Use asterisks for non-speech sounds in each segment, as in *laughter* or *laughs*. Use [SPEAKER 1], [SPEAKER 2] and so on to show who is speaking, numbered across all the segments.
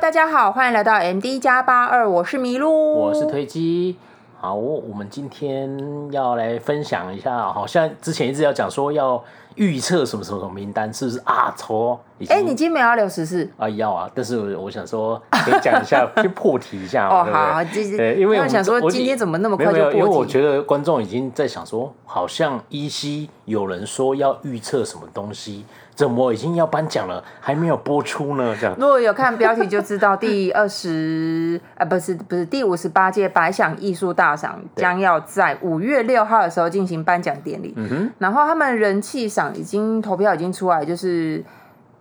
[SPEAKER 1] 大家好，欢迎来到 MD 加八二，我是麋鹿，
[SPEAKER 2] 我是推机。好，我们今天要来分享一下，好像之前一直要讲说要预测什么什么什么名单，是不是啊？错，
[SPEAKER 1] 哎、你今天没有要聊时事
[SPEAKER 2] 啊要啊，但是我想说可以讲一下，去破题一下嘛，
[SPEAKER 1] 哦，
[SPEAKER 2] 对
[SPEAKER 1] 好，
[SPEAKER 2] 不对
[SPEAKER 1] 这
[SPEAKER 2] 对，因为我
[SPEAKER 1] 我
[SPEAKER 2] 们
[SPEAKER 1] 想说
[SPEAKER 2] 我
[SPEAKER 1] 今天怎么那么
[SPEAKER 2] 没有
[SPEAKER 1] 快
[SPEAKER 2] 没
[SPEAKER 1] 就
[SPEAKER 2] 有，因为
[SPEAKER 1] 破
[SPEAKER 2] 我
[SPEAKER 1] 题？
[SPEAKER 2] 觉得观众已经在想说，好像依稀有人说要预测什么东西，怎么已经要颁奖了，还没有播出呢？这样
[SPEAKER 1] *laughs* 如果有看标题就知道，第二十 *laughs* 啊不是不是第五十八届百想艺术大赏将要在五月六号的时候进行颁奖典礼。
[SPEAKER 2] 嗯
[SPEAKER 1] 然后他们人气赏已经投票已经出来，就是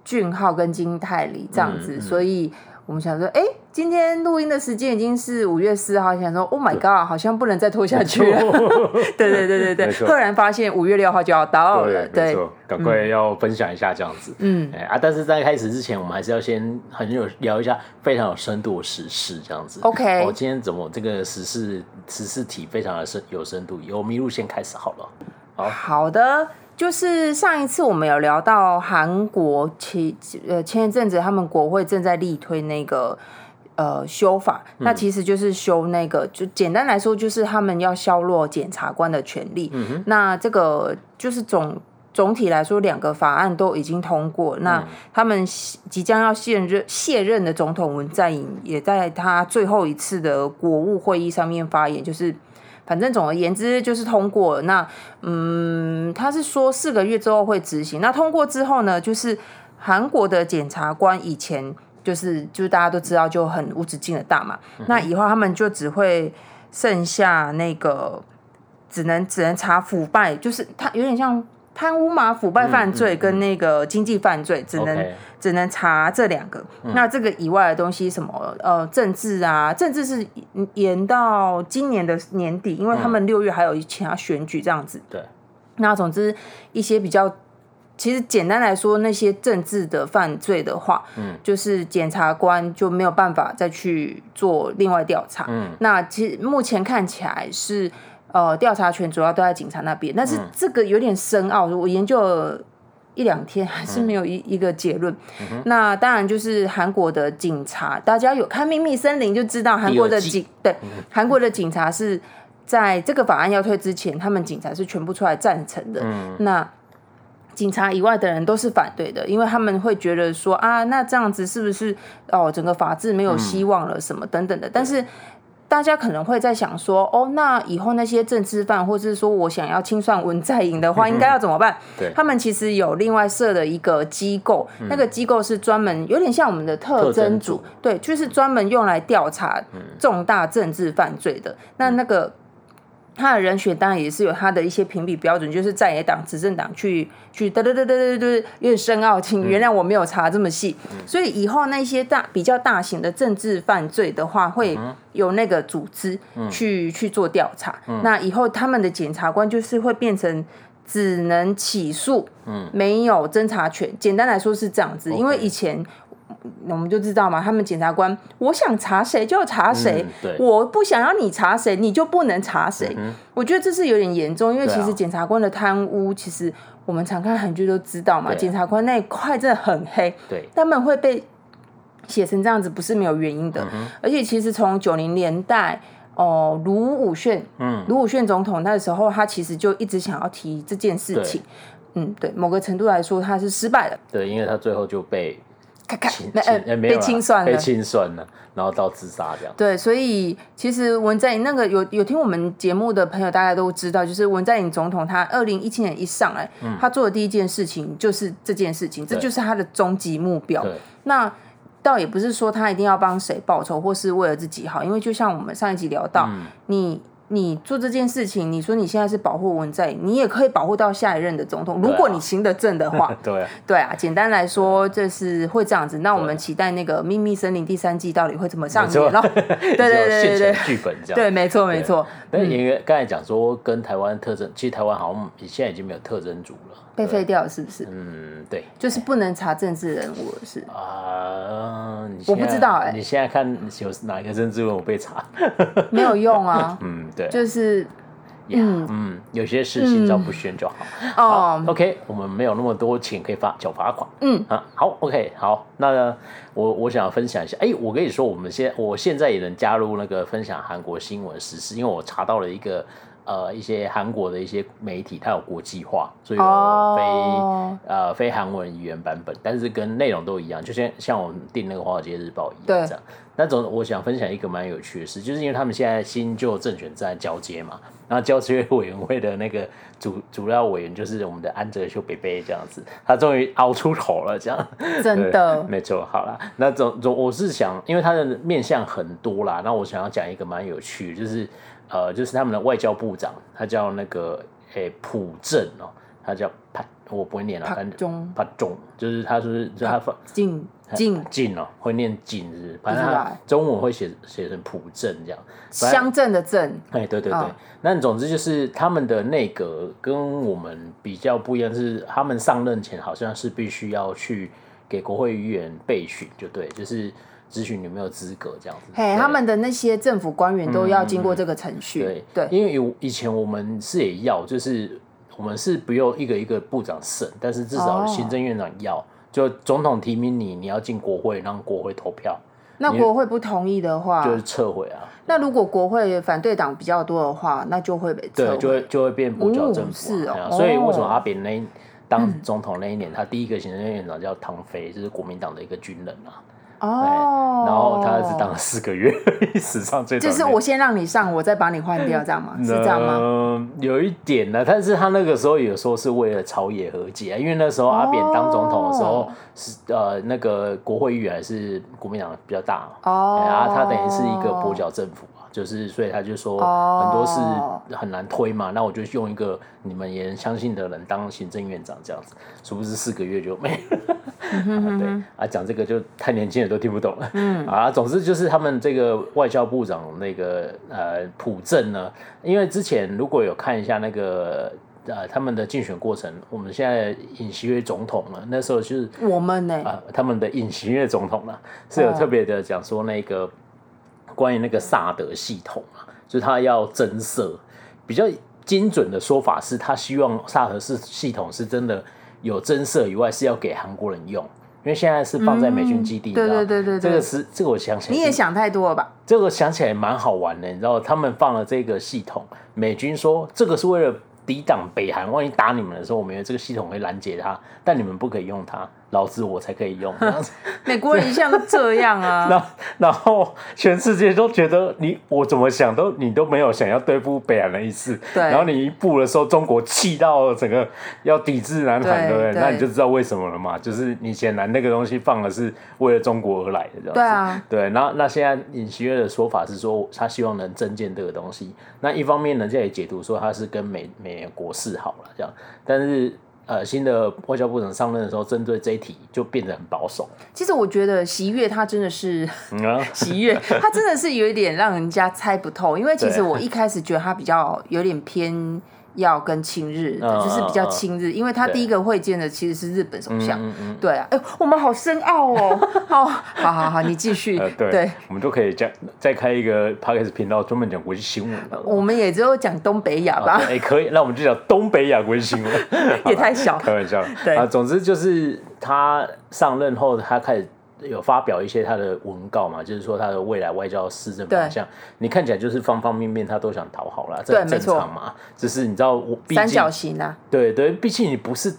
[SPEAKER 1] 俊浩跟金泰梨这样子，
[SPEAKER 2] 嗯
[SPEAKER 1] 所以我们想说，哎、今天录音的时间已经是五月四号，想说，Oh my god，好像不能再拖下去
[SPEAKER 2] *laughs*
[SPEAKER 1] 了。对对对对
[SPEAKER 2] 没
[SPEAKER 1] 对，
[SPEAKER 2] 错
[SPEAKER 1] 赫然发现五月六号就要到了，
[SPEAKER 2] 没
[SPEAKER 1] 对，
[SPEAKER 2] 错，赶快要分享一下这样子。
[SPEAKER 1] 嗯，
[SPEAKER 2] 哎啊，但是在开始之前，我们还是要先很有聊一下非常有深度的时事这样子。
[SPEAKER 1] OK
[SPEAKER 2] 我、今天怎么这个时事时事题非常的深有深度，由麋鹿先开始好了。
[SPEAKER 1] 好的，就是上一次我们有聊到韩国前呃前一阵子他们国会正在力推那个呃修法，那其实就是修那个，就简单来说就是他们要削弱检察官的权利。那这个就是总。总体来说，两个法案都已经通过。那他们即将要卸任卸任的总统文在寅也在他最后一次的国务会议上面发言，就是反正总而言之就是通过了。那嗯，他是说四个月之后会执行。那通过之后呢，就是韩国的检察官以前就是就是大家都知道就很无止境的大嘛，那以后他们就只会剩下那个只能只能查腐败，就是他有点像。贪污嘛，腐败犯罪跟那个经济犯罪，只能
[SPEAKER 2] OK
[SPEAKER 1] 只能查这两个。那这个以外的东西，什么呃政治啊，政治是延到今年的年底，因为他们六月还有一其他选举这样子。
[SPEAKER 2] 对，
[SPEAKER 1] 那总之一些比较，其实简单来说，那些政治的犯罪的话，嗯，就是检察官就没有办法再去做另外调查。嗯，那其实目前看起来是。呃，调查权主要都在警察那边，但
[SPEAKER 2] 嗯
[SPEAKER 1] 是这个有点深奥，我研究了一两天还是没有
[SPEAKER 2] 嗯
[SPEAKER 1] 一、一个结论。那当然就是韩国的警察，大家有看《秘密森林》就知道，韩国的
[SPEAKER 2] 第二季嗯
[SPEAKER 1] 警对韩国的警察是在这个法案要推之前，他们警察是全部出来赞成的。
[SPEAKER 2] 嗯
[SPEAKER 1] 那警察以外的人都是反对的，因为他们会觉得说啊，那这样子是不是哦，整个法治没有希望了，什么等
[SPEAKER 2] 嗯
[SPEAKER 1] 等的。但是大家可能会在想说，哦，那以后那些政治犯，或是说我想要清算文在寅的话，应该要怎么办？
[SPEAKER 2] 嗯对嗯
[SPEAKER 1] 他们其实有另外设的一个机构，那个机构是专门有点像我们的特
[SPEAKER 2] 特
[SPEAKER 1] 侦
[SPEAKER 2] 征
[SPEAKER 1] 组，
[SPEAKER 2] 组嗯
[SPEAKER 1] 对，就是专门用来调查重大政治犯罪的。那那个他的人选当然也是有他的一些评比标准，就是在野党、执政党去去得得得得得得，有点深奥，
[SPEAKER 2] 嗯
[SPEAKER 1] 请原谅我没有查这么细。所以以后那些大比较大型的政治犯罪的话，
[SPEAKER 2] 嗯
[SPEAKER 1] 会有那个组织去、去做调查。
[SPEAKER 2] 嗯
[SPEAKER 1] 那以后他们的检察官就是会变成。只能起诉，
[SPEAKER 2] 嗯
[SPEAKER 1] 没有侦查权。简单来说是这样子，因为以前嗯我们就知道嘛，他们检察官，我想查谁就查谁，
[SPEAKER 2] 嗯对
[SPEAKER 1] 我不想要你查谁，你就不能查谁。我觉得这是有点严重，因为
[SPEAKER 2] 嗯对啊
[SPEAKER 1] 其实检察官的贪污，其实我们常看韩剧都知道嘛，
[SPEAKER 2] 对啊
[SPEAKER 1] 检察官那一块真的很黑，
[SPEAKER 2] 对，
[SPEAKER 1] 他们会被写成这样子，不是没有原因的。
[SPEAKER 2] 嗯
[SPEAKER 1] 而且其实从九零年代。哦，卢武铉，嗯，卢武铉总统那时候，他其实就一直想要提这件事
[SPEAKER 2] 对
[SPEAKER 1] 情，嗯，对，某个程度来说，他是失败了，
[SPEAKER 2] 对，因为他最后就被
[SPEAKER 1] 咔咔
[SPEAKER 2] 清，
[SPEAKER 1] 没
[SPEAKER 2] 清
[SPEAKER 1] 呃
[SPEAKER 2] 哎没有
[SPEAKER 1] 被
[SPEAKER 2] 啦
[SPEAKER 1] 清算了，
[SPEAKER 2] 被清算了，然后到自杀这样。
[SPEAKER 1] 对，所以其实文在寅那个有有听我们节目的朋友，大家都知道，就是文在寅总统他二零一七年一上来，他做的第一件事情就是这件事情，这
[SPEAKER 2] 嗯对
[SPEAKER 1] 就是他的终极目标。
[SPEAKER 2] 对
[SPEAKER 1] 那倒也不是说他一定要帮谁报仇，或是为了自己好，因为就像我们上一集聊到，
[SPEAKER 2] 嗯
[SPEAKER 1] 你你做这件事情，你说你现在是保护文在寅，你也可以保护到下一任的总统，如
[SPEAKER 2] 对啊
[SPEAKER 1] 果你行得正的
[SPEAKER 2] *laughs*
[SPEAKER 1] 话。
[SPEAKER 2] 对啊，
[SPEAKER 1] 对啊，简单来说，就是会这样子。那我们
[SPEAKER 2] 对
[SPEAKER 1] 期待那个《秘密森林》第三季到底会怎么上
[SPEAKER 2] 没错 *laughs*
[SPEAKER 1] 演咯？ *laughs* 对对对对
[SPEAKER 2] 有 *laughs* 现
[SPEAKER 1] 对
[SPEAKER 2] 成的剧本这样。
[SPEAKER 1] 对，嗯没错没错，
[SPEAKER 2] 但因为刚才讲说跟台湾特征，其实台湾好像现在已经没有特征组了。
[SPEAKER 1] 被废掉了是不是？
[SPEAKER 2] 嗯，对
[SPEAKER 1] 就是不能查政治人物了是？
[SPEAKER 2] 啊、你
[SPEAKER 1] 我
[SPEAKER 2] 现
[SPEAKER 1] 不知
[SPEAKER 2] 在
[SPEAKER 1] 道哎
[SPEAKER 2] 你现在看有哪一个政治人物被查？ *laughs*
[SPEAKER 1] 没有用啊，
[SPEAKER 2] 嗯，对。
[SPEAKER 1] 就是
[SPEAKER 2] 嗯嗯，有些事心照不宣就好。
[SPEAKER 1] 哦，
[SPEAKER 2] OK，我们没有那么多钱可以罚缴罚款。
[SPEAKER 1] 嗯
[SPEAKER 2] 啊，好，OK，好，那我我想分享一下，哎、我跟你说，我们现我现在也能加入那个分享韩国新闻时事，因为我查到了一个呃一些韩国的一些媒体，它有国际化，所以有非、
[SPEAKER 1] 哦
[SPEAKER 2] 呃非韩文语言版本，但是跟内容都一样，就像像我们订那个《华尔街日报》一样
[SPEAKER 1] 对
[SPEAKER 2] 这样。那种我想分享一个蛮有趣的事，就是因为他们现在新旧政权在交接嘛，然后交接委员会的那个主主要委员就是我们的安哲秀北北这样子，他终于熬出头了这样。
[SPEAKER 1] 真
[SPEAKER 2] 对
[SPEAKER 1] 的，
[SPEAKER 2] 没错。好啦，那总总我是想，因为他的面向很多啦，那我想要讲一个蛮有趣的，就是呃，就是他们的外交部长，他叫那个诶、朴正哦，他叫潘，我不会念了，
[SPEAKER 1] 帕
[SPEAKER 2] 但
[SPEAKER 1] 中
[SPEAKER 2] 潘中，就是他说是就他发。
[SPEAKER 1] 进进
[SPEAKER 2] 进哦，会念进是不是，反正
[SPEAKER 1] 不知
[SPEAKER 2] 他
[SPEAKER 1] 道欸
[SPEAKER 2] 中文会写写成朴正这样。反正
[SPEAKER 1] 乡镇的镇，
[SPEAKER 2] 哎，对对对，
[SPEAKER 1] 嗯
[SPEAKER 2] 那总之就是他们的内阁跟我们比较不一样，是他们上任前好像是必须要去给国会议员备询，就对，就是咨询有没有资格这样子。
[SPEAKER 1] 嘿，
[SPEAKER 2] 对
[SPEAKER 1] 他们的那些政府官员都要经过这个程序
[SPEAKER 2] 嗯对，
[SPEAKER 1] 对，
[SPEAKER 2] 因为有以前我们是也要，就是我们是不用一个一个部长审，但是至少
[SPEAKER 1] 哦
[SPEAKER 2] 行政院长要，就总统提名你，你要进国会让国会投票，
[SPEAKER 1] 那
[SPEAKER 2] 你
[SPEAKER 1] 国会不同意的话
[SPEAKER 2] 就，是撤回啊。
[SPEAKER 1] 那如果国会反对党比较多的话，那就会被撤
[SPEAKER 2] 对，
[SPEAKER 1] 回
[SPEAKER 2] 就会就会变补教政府、啊
[SPEAKER 1] 哦是哦
[SPEAKER 2] 对啊所以为什么
[SPEAKER 1] 哦
[SPEAKER 2] 阿扁那一当总统那一年，他第一个行政院院长叫唐飞，就是国民党的一个军人啊。哎
[SPEAKER 1] 哦，
[SPEAKER 2] 然后他只当了四个月，史上最短
[SPEAKER 1] 就
[SPEAKER 2] 的。
[SPEAKER 1] 是我先让你上，我再把你换掉，这样吗？是这样吗？
[SPEAKER 2] 嗯，有一点呢，但是他那个时候有说是为了朝野和解，因为那时候阿扁当总统的时候
[SPEAKER 1] 哦
[SPEAKER 2] 是呃那个国会议员还是国民党比较大嘛，
[SPEAKER 1] 哦，
[SPEAKER 2] 然啊后他哎等于是一个跛脚政府嘛，就是所以他就说
[SPEAKER 1] 哦
[SPEAKER 2] 很多事很难推嘛，那我就用一个你们也相信的人当行政院长这样子，殊不知四个月就没了。
[SPEAKER 1] 嗯
[SPEAKER 2] 啊 *laughs* 对啊，讲这个就太年轻人都听不懂了。嗯啊，总之就是他们这个外交部长那个呃朴正呢，因为之前如果有看一下那个。呃，他们的竞选过程，我们现在尹锡悦总统了，那时候就是
[SPEAKER 1] 我们呢、
[SPEAKER 2] 啊，他们的尹锡悦总统啊，是有特别的讲说那个关于那个萨德系统啊，就是他要增设，比较精准的说法是，他希望萨德是系统是真的有增设以外，是要给韩国人用，因为现在是放在美军基
[SPEAKER 1] 嗯
[SPEAKER 2] 地，你知道
[SPEAKER 1] 对对对对对
[SPEAKER 2] 这个是这个我想起来
[SPEAKER 1] 你
[SPEAKER 2] 是
[SPEAKER 1] 也想太多了
[SPEAKER 2] *laughs*
[SPEAKER 1] 吧？
[SPEAKER 2] 这个想起来蛮好玩的，你知道，他们放了这个系统，美军说这个是为了抵挡北韩，万一打你们的时候，我们有这个系统会拦截它，但你们不可以用它，老子我才可
[SPEAKER 1] *laughs*
[SPEAKER 2] 以用。这样子
[SPEAKER 1] 美国人一向都这样
[SPEAKER 2] *laughs*
[SPEAKER 1] 啊，
[SPEAKER 2] 然后，然后全世界都觉得你我怎么想都你都没有想要对付北韩的意思，
[SPEAKER 1] 对
[SPEAKER 2] 然后你一步的时候，中国气到整个要抵制南韩，
[SPEAKER 1] 对
[SPEAKER 2] 对不对？
[SPEAKER 1] 对
[SPEAKER 2] 那你就知道为什么了嘛，就是你显然那个东西放的是为了中国而来的
[SPEAKER 1] *laughs*
[SPEAKER 2] 这样子。
[SPEAKER 1] 对啊，
[SPEAKER 2] 对，那那现在尹锡悦的说法是说，他希望能增建这个东西。那一方面，人家也解读说他是跟美美国示好了这样，但是呃，新的外交部长上任的时候，针对这一题就变得很保守。
[SPEAKER 1] 其实我觉得喜悦他真的是 *laughs*
[SPEAKER 2] 嗯、啊，
[SPEAKER 1] 喜悦，他真的是有一点让人家猜不透，因为其
[SPEAKER 2] 对
[SPEAKER 1] 实我一开始觉得他比较有点偏。要跟亲日
[SPEAKER 2] 嗯
[SPEAKER 1] 的，就是比较亲日，因为他
[SPEAKER 2] 对
[SPEAKER 1] 第一个会见的其实是日本首相。
[SPEAKER 2] 嗯嗯，
[SPEAKER 1] 对啊，哎、我们好深奥
[SPEAKER 2] *laughs*
[SPEAKER 1] 哦。好，好好好，你继续。
[SPEAKER 2] 呃，对，
[SPEAKER 1] 对，
[SPEAKER 2] 我们就可以再再开一个 podcast 频道，专门讲国际新闻了。
[SPEAKER 1] 我们也只有讲东北亚吧，
[SPEAKER 2] 哎、可以，那我们就讲东北亚国际 *laughs* 新闻。
[SPEAKER 1] *laughs* 也太小。
[SPEAKER 2] *laughs* 开玩笑。
[SPEAKER 1] 对
[SPEAKER 2] 啊，总之就是他上任后，他开始有发表一些他的文告嘛，就是说他的未来外交施政方向，你看起来就是方方面面他都想讨好啦，这
[SPEAKER 1] 对
[SPEAKER 2] 很正
[SPEAKER 1] 没错
[SPEAKER 2] 常嘛。只是你知道我，毕
[SPEAKER 1] 三
[SPEAKER 2] 竟
[SPEAKER 1] 角形啊，
[SPEAKER 2] 对对，毕竟你不是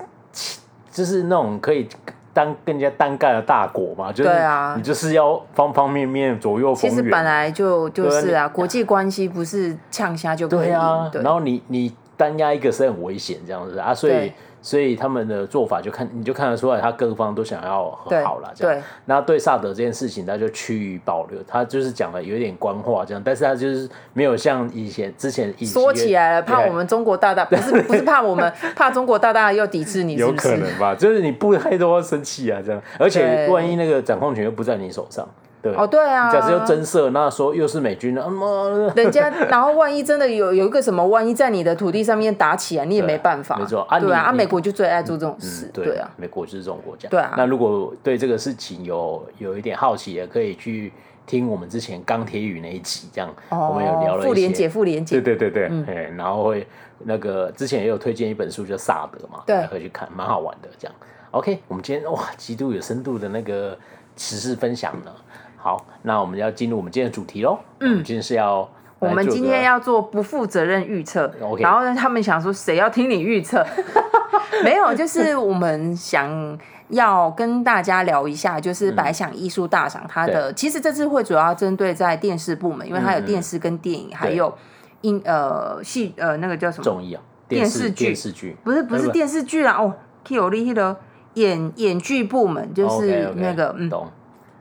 [SPEAKER 2] 就是那种可以。单跟人家单干的大国嘛，就是
[SPEAKER 1] 对啊
[SPEAKER 2] 你就是要方方面面左右
[SPEAKER 1] 其
[SPEAKER 2] 逢源。
[SPEAKER 1] 实本来就就
[SPEAKER 2] 对啊
[SPEAKER 1] 是啊，国际关系不是呛虾就可以
[SPEAKER 2] 对啊
[SPEAKER 1] 赢，对
[SPEAKER 2] 然后你你单压一个是很危险这样子啊，所以
[SPEAKER 1] 对
[SPEAKER 2] 所以他们的做法就看你就看得出来，他各方都想要和
[SPEAKER 1] 对
[SPEAKER 2] 好了这样
[SPEAKER 1] 对。
[SPEAKER 2] 那对萨德这件事情，他就趋于保留，他就是讲的有点官话这样，但是他就是没有像以前之前以
[SPEAKER 1] 说起来了，怕
[SPEAKER 2] 对
[SPEAKER 1] 我们中国大大不是不是怕我们，怕中国大大又抵制你，是
[SPEAKER 2] *laughs* 有
[SPEAKER 1] 不
[SPEAKER 2] 可
[SPEAKER 1] 是？
[SPEAKER 2] 能吧，就是你不太多生气啊这样，而且
[SPEAKER 1] 对
[SPEAKER 2] 万一那个掌控权又不在你手上，对。
[SPEAKER 1] 哦，对啊，
[SPEAKER 2] 假设又增设，那说又是美军了，嗯，
[SPEAKER 1] 人家，然后万一真的有有一个什么，万一在你的土地上面打起来，你也
[SPEAKER 2] *laughs* 对
[SPEAKER 1] 没办法，
[SPEAKER 2] 没错啊
[SPEAKER 1] 对啊，
[SPEAKER 2] 你
[SPEAKER 1] 啊，
[SPEAKER 2] 你
[SPEAKER 1] 美国就最爱做这种事
[SPEAKER 2] 嗯，，
[SPEAKER 1] 对啊，，
[SPEAKER 2] 美国就是这种国家。
[SPEAKER 1] 对啊
[SPEAKER 2] 那如果对这个事情有有一点好奇的，可以去听我们之前钢铁雨那一集，这样、
[SPEAKER 1] 哦，
[SPEAKER 2] 我们有聊了
[SPEAKER 1] 妇
[SPEAKER 2] 一
[SPEAKER 1] 联嗯
[SPEAKER 2] 些
[SPEAKER 1] 姐，。妇联姐，
[SPEAKER 2] 对对对对，哎、然后会那个之前也有推荐一本书叫《萨德》嘛，
[SPEAKER 1] 对
[SPEAKER 2] 大家可以去看，蛮好玩的。这样，OK，我们今天哇，极度有深度的那个时事分享呢。好，那我们要进入我们今天的主题喽。嗯，我们今天是要
[SPEAKER 1] 我
[SPEAKER 2] 来
[SPEAKER 1] 们
[SPEAKER 2] 做
[SPEAKER 1] 今
[SPEAKER 2] 个
[SPEAKER 1] 天要做不负责任预测
[SPEAKER 2] OK
[SPEAKER 1] 然后呢，他们想说谁要听你预测？ *laughs* 没有，就是我们想要跟大家聊一下，
[SPEAKER 2] 嗯
[SPEAKER 1] 就是百想艺术大赏它的，其实这次会主要针对在电视部门，因为
[SPEAKER 2] 嗯
[SPEAKER 1] 它有电视跟电影，还有音呃戏呃那个叫什么？
[SPEAKER 2] 综艺啊，
[SPEAKER 1] 电
[SPEAKER 2] 视
[SPEAKER 1] 视剧
[SPEAKER 2] 电视剧
[SPEAKER 1] 不是不是
[SPEAKER 2] 不
[SPEAKER 1] 电视剧啦，哦 k i o l i 的演演剧部门就是
[SPEAKER 2] 哦 OK，OK，
[SPEAKER 1] 那个嗯，
[SPEAKER 2] 懂，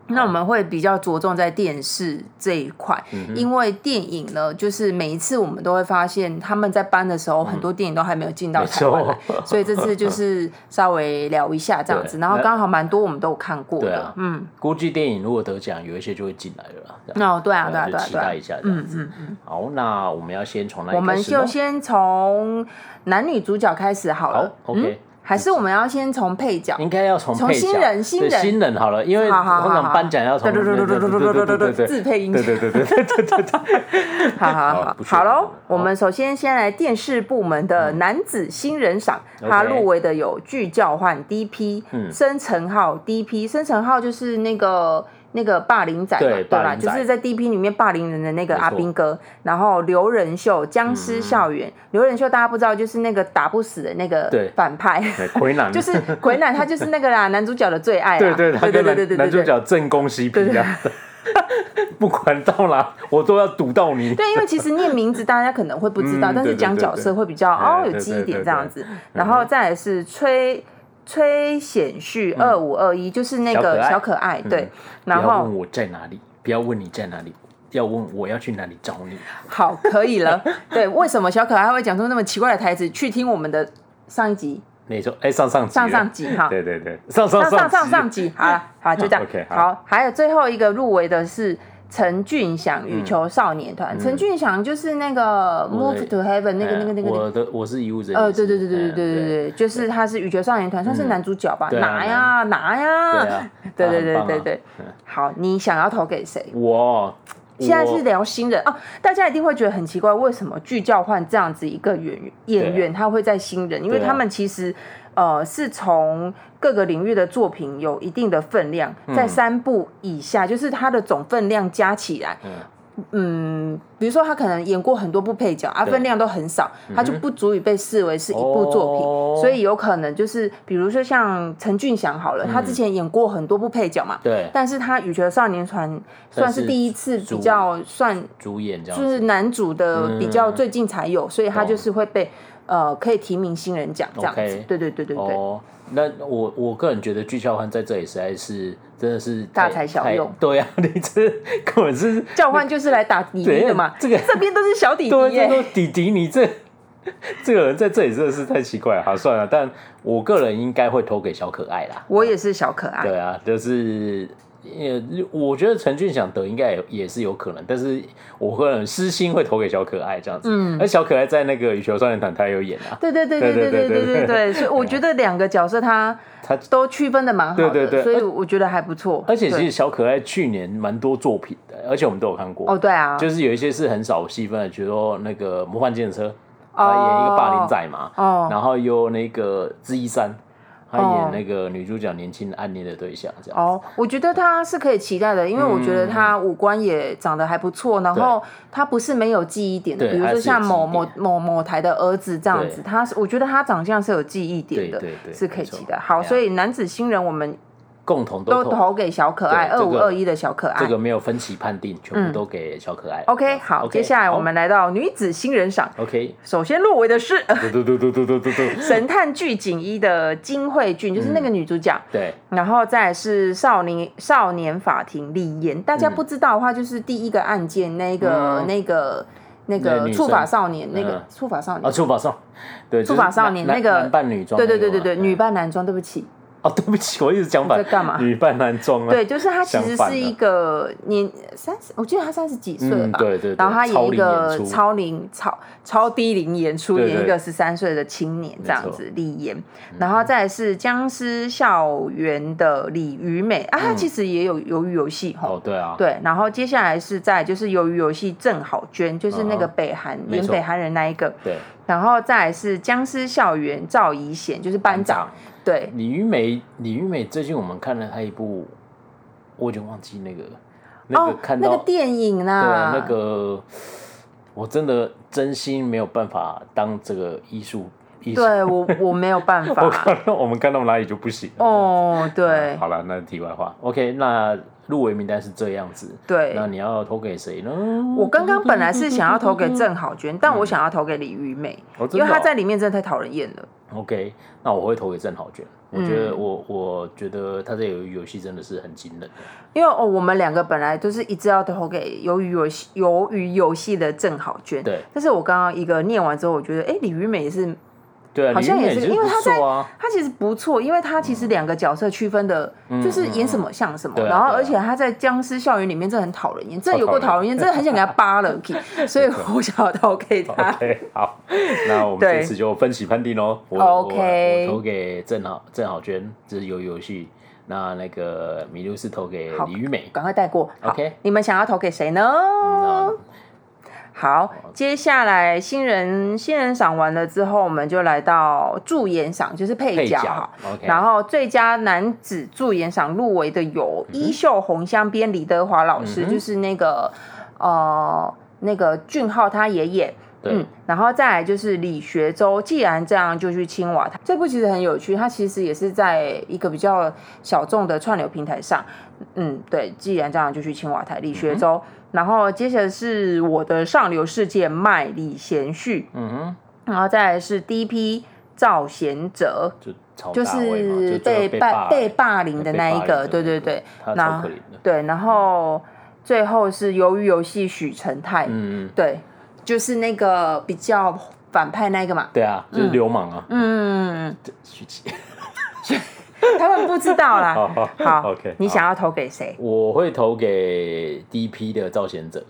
[SPEAKER 1] 那我们会比较着重在电视这一块，因为电影呢，就是每一次我们都会发现他们在搬的时候，很多电影都还没有进到
[SPEAKER 2] 没
[SPEAKER 1] 台湾来，
[SPEAKER 2] 错
[SPEAKER 1] 所以这次就是稍微聊一下这样子，
[SPEAKER 2] 对
[SPEAKER 1] 然后
[SPEAKER 2] 那
[SPEAKER 1] 刚好蛮多我们都有看过
[SPEAKER 2] 对
[SPEAKER 1] 的
[SPEAKER 2] 啊，
[SPEAKER 1] 嗯，
[SPEAKER 2] 估计电影如果得奖，有一些就会进来了啦。这样
[SPEAKER 1] 那对啊，对啊，
[SPEAKER 2] 就
[SPEAKER 1] 对啊，
[SPEAKER 2] 期
[SPEAKER 1] 对啊
[SPEAKER 2] 待一下。嗯嗯嗯。好，那我们要先从哪里
[SPEAKER 1] 我们
[SPEAKER 2] 开始呢
[SPEAKER 1] 就先从男女主角开始好了
[SPEAKER 2] 好，，OK，
[SPEAKER 1] 还是我们要先从配角？
[SPEAKER 2] 应该要从
[SPEAKER 1] 从
[SPEAKER 2] 配角
[SPEAKER 1] 新人新
[SPEAKER 2] 对
[SPEAKER 1] 人
[SPEAKER 2] 新人好了，因为
[SPEAKER 1] 好好好
[SPEAKER 2] 通
[SPEAKER 1] 好
[SPEAKER 2] 常颁奖要从
[SPEAKER 1] 对对对对对对对对对对，
[SPEAKER 2] 对
[SPEAKER 1] 自配音
[SPEAKER 2] 对对对对对对对对
[SPEAKER 1] 好好
[SPEAKER 2] 好
[SPEAKER 1] 好
[SPEAKER 2] 不，错
[SPEAKER 1] 好
[SPEAKER 2] 不
[SPEAKER 1] 喽
[SPEAKER 2] 错！
[SPEAKER 1] 我们首先先来电视部门的男子新人赏，
[SPEAKER 2] OK
[SPEAKER 1] 他入围的有剧教换 DP、
[SPEAKER 2] 嗯
[SPEAKER 1] 申成浩 DP，申成浩就是那个那个霸凌仔嘛
[SPEAKER 2] 对，
[SPEAKER 1] 对
[SPEAKER 2] 霸
[SPEAKER 1] 吧？
[SPEAKER 2] 凌
[SPEAKER 1] 就
[SPEAKER 2] 仔
[SPEAKER 1] 是在 DP 里面霸凌人的那个
[SPEAKER 2] 没错
[SPEAKER 1] 阿兵哥，然后刘仁秀僵尸校园，刘仁秀大家不知道，就是那个打不死的那个
[SPEAKER 2] 对
[SPEAKER 1] 反派。
[SPEAKER 2] 对，魁南
[SPEAKER 1] 就是鬼奶，他就是那个啦，男主角的最爱啦。
[SPEAKER 2] 对对，
[SPEAKER 1] 对
[SPEAKER 2] 他
[SPEAKER 1] 对
[SPEAKER 2] 跟
[SPEAKER 1] 对对对
[SPEAKER 2] 男男主
[SPEAKER 1] 对
[SPEAKER 2] 角正宫 CP 的， *laughs* 不管到哪我都要堵到你。
[SPEAKER 1] 对，因为其实念名字大家可能会不知道，
[SPEAKER 2] 嗯
[SPEAKER 1] 但是讲角色会比较哦
[SPEAKER 2] 对对对
[SPEAKER 1] 有记忆点这样子。
[SPEAKER 2] 对嗯
[SPEAKER 1] 然后再来是崔崔显旭二五二一，就是那个
[SPEAKER 2] 小
[SPEAKER 1] 小
[SPEAKER 2] 可
[SPEAKER 1] 可爱，对
[SPEAKER 2] 嗯。
[SPEAKER 1] 然
[SPEAKER 2] 不要
[SPEAKER 1] 后
[SPEAKER 2] 问我在哪里，不要问你在哪里，要问我要去哪里找你。
[SPEAKER 1] 好，可以了。对，为什么小可爱会讲出那么奇怪的台词？去听我们的上一集、
[SPEAKER 2] 那时候哎，上上集
[SPEAKER 1] 上
[SPEAKER 2] 了
[SPEAKER 1] 上集哈。
[SPEAKER 2] 对对对，上上
[SPEAKER 1] 上上上
[SPEAKER 2] 集啊
[SPEAKER 1] 上集，好了，好就这样。
[SPEAKER 2] OK，好
[SPEAKER 1] 好，还有最后一个入围的是陈俊祥羽球少年团。陈俊祥就是那个《
[SPEAKER 2] 嗯我哎的
[SPEAKER 1] Move to Heaven》那个那个那个那个
[SPEAKER 2] 我的我是遗物整理师。
[SPEAKER 1] 呃，对对对对对
[SPEAKER 2] 嗯
[SPEAKER 1] 对对对，就是他是羽球少年团，算是男主角吧？
[SPEAKER 2] 对啊
[SPEAKER 1] 拿呀拿
[SPEAKER 2] 对
[SPEAKER 1] 呀
[SPEAKER 2] 啊！
[SPEAKER 1] 对 *laughs* 对
[SPEAKER 2] 他很
[SPEAKER 1] 对
[SPEAKER 2] 棒啊
[SPEAKER 1] 对对。好，你想要投给谁？
[SPEAKER 2] 我
[SPEAKER 1] 现在是
[SPEAKER 2] 我
[SPEAKER 1] 聊新人哦，大家一定会觉得很奇怪，为什么剧教换这样子一个演演员，他会在新人？因为
[SPEAKER 2] 对啊
[SPEAKER 1] 他们其实呃是从各个领域的作品有一定的分量，
[SPEAKER 2] 嗯
[SPEAKER 1] 在三部以下，就是他的总分量加起来，嗯，比如说他可能演过很多部配角，啊，
[SPEAKER 2] 对嗯
[SPEAKER 1] 分量都很少，他就不足以被视为是一部作品，
[SPEAKER 2] 哦
[SPEAKER 1] 所以有可能就是，比如说像陈俊祥好了，
[SPEAKER 2] 嗯
[SPEAKER 1] 他之前演过很多部配角嘛，
[SPEAKER 2] 对
[SPEAKER 1] 但是他《羽球少年团》算是第一次比较算
[SPEAKER 2] 主演这样
[SPEAKER 1] 就
[SPEAKER 2] 子，
[SPEAKER 1] 是男主的比较最近才有，所以他就是会被呃可以提名新人奖这样子
[SPEAKER 2] OK
[SPEAKER 1] 对对对对对，
[SPEAKER 2] 哦，那我我个人觉得具孝焕在这里实在是真的是
[SPEAKER 1] 大
[SPEAKER 2] 太
[SPEAKER 1] 材小
[SPEAKER 2] 太
[SPEAKER 1] 用
[SPEAKER 2] 对啊， *laughs* 你这根
[SPEAKER 1] *laughs*
[SPEAKER 2] 本是
[SPEAKER 1] 教换就是来打底
[SPEAKER 2] 对
[SPEAKER 1] 的嘛，
[SPEAKER 2] 这个
[SPEAKER 1] 这边都是小底
[SPEAKER 2] 对
[SPEAKER 1] 底
[SPEAKER 2] 啊，这
[SPEAKER 1] 耶，
[SPEAKER 2] 个弟弟你这。这个人在这里真的是太奇怪了，好算了，但我个人应该会投给小可爱啦。
[SPEAKER 1] 我也是小可爱，
[SPEAKER 2] 对啊，就是也我觉得陈俊祥得应该也也是有可能，但是我个人私心会投给小可爱这样子。嗯，而小可爱在那个羽球少年团他有演啊，
[SPEAKER 1] 对对对对对对
[SPEAKER 2] 对
[SPEAKER 1] 对
[SPEAKER 2] 对对
[SPEAKER 1] 对对，所以我觉得两个角色他
[SPEAKER 2] 他
[SPEAKER 1] 都区分的蛮好的，
[SPEAKER 2] 对对对
[SPEAKER 1] 所以我觉得还不错。
[SPEAKER 2] 而且其
[SPEAKER 1] 对
[SPEAKER 2] 实小可爱去年蛮多作品的，而且我们都有看过。
[SPEAKER 1] 哦，对啊，
[SPEAKER 2] 就是有一些是很少细分的，比如说那个《魔幻建车》，他
[SPEAKER 1] 哦
[SPEAKER 2] 演一个霸凌仔嘛，
[SPEAKER 1] 哦
[SPEAKER 2] 然后又那个《智一三》，他
[SPEAKER 1] 哦
[SPEAKER 2] 演那个女主角年轻暗恋的对象，这样。
[SPEAKER 1] 哦，我觉得他是可以期待的，因为我觉
[SPEAKER 2] 嗯
[SPEAKER 1] 得他五官也长得还不错，然后他不是没有记忆点的，
[SPEAKER 2] 对
[SPEAKER 1] 比如
[SPEAKER 2] 他
[SPEAKER 1] 说
[SPEAKER 2] 是
[SPEAKER 1] 像
[SPEAKER 2] 有
[SPEAKER 1] 某
[SPEAKER 2] 记忆
[SPEAKER 1] 某
[SPEAKER 2] 点
[SPEAKER 1] 某某台的儿子这样子，
[SPEAKER 2] 对
[SPEAKER 1] 他是我觉得他长相是有记忆点的
[SPEAKER 2] 对对，对
[SPEAKER 1] 是可以
[SPEAKER 2] 没错
[SPEAKER 1] 期待。好，
[SPEAKER 2] 对啊
[SPEAKER 1] 所以男子新人我们
[SPEAKER 2] 共同
[SPEAKER 1] 都
[SPEAKER 2] 都投，
[SPEAKER 1] 投给小可爱
[SPEAKER 2] 对
[SPEAKER 1] 二
[SPEAKER 2] 这
[SPEAKER 1] 五
[SPEAKER 2] 个
[SPEAKER 1] 二一的小可
[SPEAKER 2] 这
[SPEAKER 1] 爱
[SPEAKER 2] 个。没有分歧判定，全
[SPEAKER 1] 嗯
[SPEAKER 2] 部都给小可爱。
[SPEAKER 1] OK，好，接下来我们来到女子新人赏，
[SPEAKER 2] OK，
[SPEAKER 1] 首先入围的
[SPEAKER 2] *laughs*
[SPEAKER 1] 是呃
[SPEAKER 2] 嘟嘟嘟嘟嘟嘟嘟嘟，
[SPEAKER 1] 《神探巨警一》的金惠俊，就是那个女主角。
[SPEAKER 2] 对，
[SPEAKER 1] 然后再来是少年少年法庭李岩，大家不知道的话，就是第一个案件那个、
[SPEAKER 2] 嗯
[SPEAKER 1] 那个那
[SPEAKER 2] 那
[SPEAKER 1] 个
[SPEAKER 2] 女生
[SPEAKER 1] 触法少年那个
[SPEAKER 2] 嗯
[SPEAKER 1] 触法少
[SPEAKER 2] 啊，
[SPEAKER 1] 年，
[SPEAKER 2] 触法少，对，
[SPEAKER 1] 触法少年
[SPEAKER 2] 就是
[SPEAKER 1] 那个
[SPEAKER 2] 男男男扮女装
[SPEAKER 1] 对
[SPEAKER 2] 那个
[SPEAKER 1] 对
[SPEAKER 2] 嘛，
[SPEAKER 1] 对对对，
[SPEAKER 2] 嗯
[SPEAKER 1] 女扮男装，对不起，
[SPEAKER 2] 哦，对不起，我一直讲反，
[SPEAKER 1] 在干嘛
[SPEAKER 2] 女扮男装啊，
[SPEAKER 1] 对，就是他其
[SPEAKER 2] 相
[SPEAKER 1] 实
[SPEAKER 2] 反
[SPEAKER 1] 是
[SPEAKER 2] 的
[SPEAKER 1] 一个年三十，我记得他三十几岁
[SPEAKER 2] 嗯
[SPEAKER 1] 吧、
[SPEAKER 2] 对对对
[SPEAKER 1] 然后他
[SPEAKER 2] 超
[SPEAKER 1] 演一
[SPEAKER 2] 龄
[SPEAKER 1] 个
[SPEAKER 2] 演出
[SPEAKER 1] 超龄超超低龄演出，
[SPEAKER 2] 对对
[SPEAKER 1] 演一个十三岁的青年这样
[SPEAKER 2] 没错嗯
[SPEAKER 1] 子李岩，然后再来是僵尸校园的李雨美啊，
[SPEAKER 2] 嗯
[SPEAKER 1] 他其实也有鱿鱼游戏吼。
[SPEAKER 2] 哦，对啊，
[SPEAKER 1] 对，然后接下来是在就是鱿鱼游戏郑好娟，就是那个
[SPEAKER 2] 嗯哼
[SPEAKER 1] 北韩、
[SPEAKER 2] 没
[SPEAKER 1] 演
[SPEAKER 2] 错
[SPEAKER 1] 北韩人那一个，
[SPEAKER 2] 对，
[SPEAKER 1] 然后再来是僵尸校园赵怡贤，就是班长，对，
[SPEAKER 2] 李玉梅，李玉梅最近我们看了她一部，我已经忘记那个那个
[SPEAKER 1] 哦，
[SPEAKER 2] 看
[SPEAKER 1] 那
[SPEAKER 2] 到、
[SPEAKER 1] 个电影啦、
[SPEAKER 2] 对啊那个，我真的真心没有办法当这个艺术艺术，
[SPEAKER 1] 对我我没有办
[SPEAKER 2] *laughs* 我
[SPEAKER 1] 法。
[SPEAKER 2] 看到我们看到哪里就不行了。
[SPEAKER 1] 哦，对
[SPEAKER 2] 啊好了，那题外话，OK，那入围名单是这样子，
[SPEAKER 1] 对
[SPEAKER 2] 那，你要投给谁呢？
[SPEAKER 1] 我刚刚本来是想要投给郑好娟，但我想要投给李玉梅，
[SPEAKER 2] 嗯哦真
[SPEAKER 1] 因
[SPEAKER 2] 的
[SPEAKER 1] 为她
[SPEAKER 2] 哦
[SPEAKER 1] 在里面真的太讨人厌了。
[SPEAKER 2] OK，那我会投给郑好娟。我觉
[SPEAKER 1] 嗯
[SPEAKER 2] 得我、我觉得他这游游戏真的是很惊人的，
[SPEAKER 1] 因为哦，我们两个本来就是一致要投给鱿鱼游戏、鱿鱼游戏的郑好娟，
[SPEAKER 2] 对
[SPEAKER 1] 但是我刚刚一个念完之后，我觉得哎，李玉梅也是，
[SPEAKER 2] 对啊，
[SPEAKER 1] 好像
[SPEAKER 2] 李玉
[SPEAKER 1] 也
[SPEAKER 2] 美
[SPEAKER 1] 是
[SPEAKER 2] 其实
[SPEAKER 1] 因为她
[SPEAKER 2] 不
[SPEAKER 1] 在 *laughs*
[SPEAKER 2] 错啊，
[SPEAKER 1] 她其实不错，因为她其实两个角色区分的，就是演什么像什么，
[SPEAKER 2] 嗯对啊
[SPEAKER 1] 然后
[SPEAKER 2] 对啊
[SPEAKER 1] 而且她在僵尸校园里面真的很讨人厌，真的有
[SPEAKER 2] 超
[SPEAKER 1] 过
[SPEAKER 2] 讨
[SPEAKER 1] 讨人厌，真的很想给她扒了，所
[SPEAKER 2] *laughs*
[SPEAKER 1] 以我想要投给她。
[SPEAKER 2] OK，好，那我们
[SPEAKER 1] 对
[SPEAKER 2] 这次就分析判定喽。我
[SPEAKER 1] OK
[SPEAKER 2] 我我投给郑好郑好娟，这是游游戏。那那个米露是投给
[SPEAKER 1] 好
[SPEAKER 2] 李玉美。
[SPEAKER 1] 赶快带过。好
[SPEAKER 2] OK
[SPEAKER 1] 你们想要投给谁呢？
[SPEAKER 2] 那
[SPEAKER 1] 哦好，接下来新人新人赏完了之后，我们就来到助演赏，就是配
[SPEAKER 2] 配
[SPEAKER 1] 角
[SPEAKER 2] 角
[SPEAKER 1] 哈。
[SPEAKER 2] OK
[SPEAKER 1] 然后最佳男子助演赏入围的有
[SPEAKER 2] 嗯
[SPEAKER 1] 《衣袖红香边》李德华老师，就是那个呃那个俊浩他爷爷。
[SPEAKER 2] 对
[SPEAKER 1] 嗯，然后再来就是李学周，既然这样就去青瓦台。这部其实很有趣，它其实也是在一个比较小众的串流平台上。嗯，对，既然这样就去青瓦台。李学周，
[SPEAKER 2] 嗯
[SPEAKER 1] 然后接着是我的上流世界麦李贤旭，
[SPEAKER 2] 嗯哼，
[SPEAKER 1] 然后再来是第一批赵贤哲，
[SPEAKER 2] 就超
[SPEAKER 1] 就
[SPEAKER 2] 大位嘛，
[SPEAKER 1] 是
[SPEAKER 2] 就最后被
[SPEAKER 1] 霸被
[SPEAKER 2] 被
[SPEAKER 1] 霸凌的那一
[SPEAKER 2] 霸凌
[SPEAKER 1] 个，
[SPEAKER 2] 的
[SPEAKER 1] 对对
[SPEAKER 2] 那个
[SPEAKER 1] 对，
[SPEAKER 2] 他
[SPEAKER 1] 那
[SPEAKER 2] 超可怜的。
[SPEAKER 1] 对，然后最后是鱿鱼游戏许成泰，
[SPEAKER 2] 嗯，
[SPEAKER 1] 对，就是那个比较反派那一个嘛，
[SPEAKER 2] 对啊，就是流氓啊。
[SPEAKER 1] 嗯，
[SPEAKER 2] 徐奇，
[SPEAKER 1] 他们不知道啦。
[SPEAKER 2] *laughs* 好好
[SPEAKER 1] 好
[SPEAKER 2] OK，
[SPEAKER 1] 你
[SPEAKER 2] 好
[SPEAKER 1] 想要投给谁？
[SPEAKER 2] 我会投给第一批的造险者。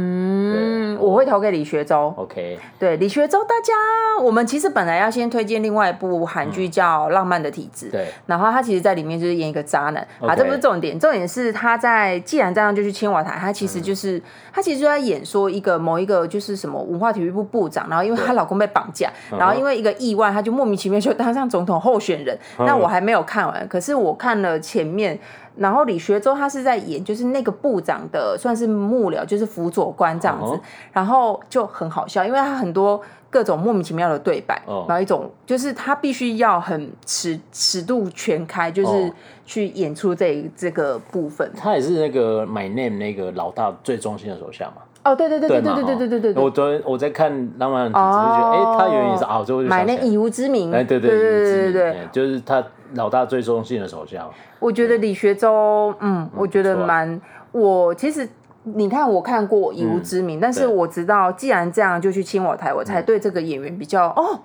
[SPEAKER 1] 嗯，我会投给李学周。
[SPEAKER 2] OK，
[SPEAKER 1] 对李学周，大家我们其实本来要先推荐另外一部韩
[SPEAKER 2] 嗯
[SPEAKER 1] 剧叫《浪漫的体质》，
[SPEAKER 2] 对，
[SPEAKER 1] 然后他其实在里面就是演一个渣男啊，
[SPEAKER 2] OK
[SPEAKER 1] 这不是重点，重点是他在既然这样就去青瓦台，他其
[SPEAKER 2] 嗯
[SPEAKER 1] 实就是、他其实就在演说一个某一个就是什么文化体育部部长，然后因为她老公被绑架，
[SPEAKER 2] 哼
[SPEAKER 1] 然后因为一个意外，他就莫名其妙就当上总统候选人。
[SPEAKER 2] 嗯
[SPEAKER 1] 那我还没有看完，可是我看了前面。然后李学周他是在演，就是那个部长的算是幕僚，就是辅佐官这样子
[SPEAKER 2] 嗯哼
[SPEAKER 1] 然后就很好笑，因为他很多各种莫名其妙的对白，
[SPEAKER 2] 哦
[SPEAKER 1] 然后一种就是他必须要很尺尺度全开，就是
[SPEAKER 2] 哦
[SPEAKER 1] 去演出这一这个部分。
[SPEAKER 2] 他也是那个 My Name 那个老大最忠心的手下嘛。
[SPEAKER 1] 哦，对对对对
[SPEAKER 2] 嘛哦
[SPEAKER 1] 对对对对对
[SPEAKER 2] 我
[SPEAKER 1] 对，
[SPEAKER 2] 昨天我在看《浪漫的体质》，就觉得
[SPEAKER 1] 哦
[SPEAKER 2] 哎，他原因是啊，最后就
[SPEAKER 1] 买
[SPEAKER 2] 想起
[SPEAKER 1] 那
[SPEAKER 2] 来
[SPEAKER 1] 以无之名，
[SPEAKER 2] 哎，对
[SPEAKER 1] 对
[SPEAKER 2] 对
[SPEAKER 1] 对对对
[SPEAKER 2] 对
[SPEAKER 1] 对，
[SPEAKER 2] 就是他老大最忠心的手下嘛。
[SPEAKER 1] 我觉得李学周，嗯，我觉得
[SPEAKER 2] 不错啊
[SPEAKER 1] 蛮，我其实你看我看过《以无之名》，但是
[SPEAKER 2] 嗯对嗯
[SPEAKER 1] 我知道既然这样就去青我台，我才对这个演员比较哦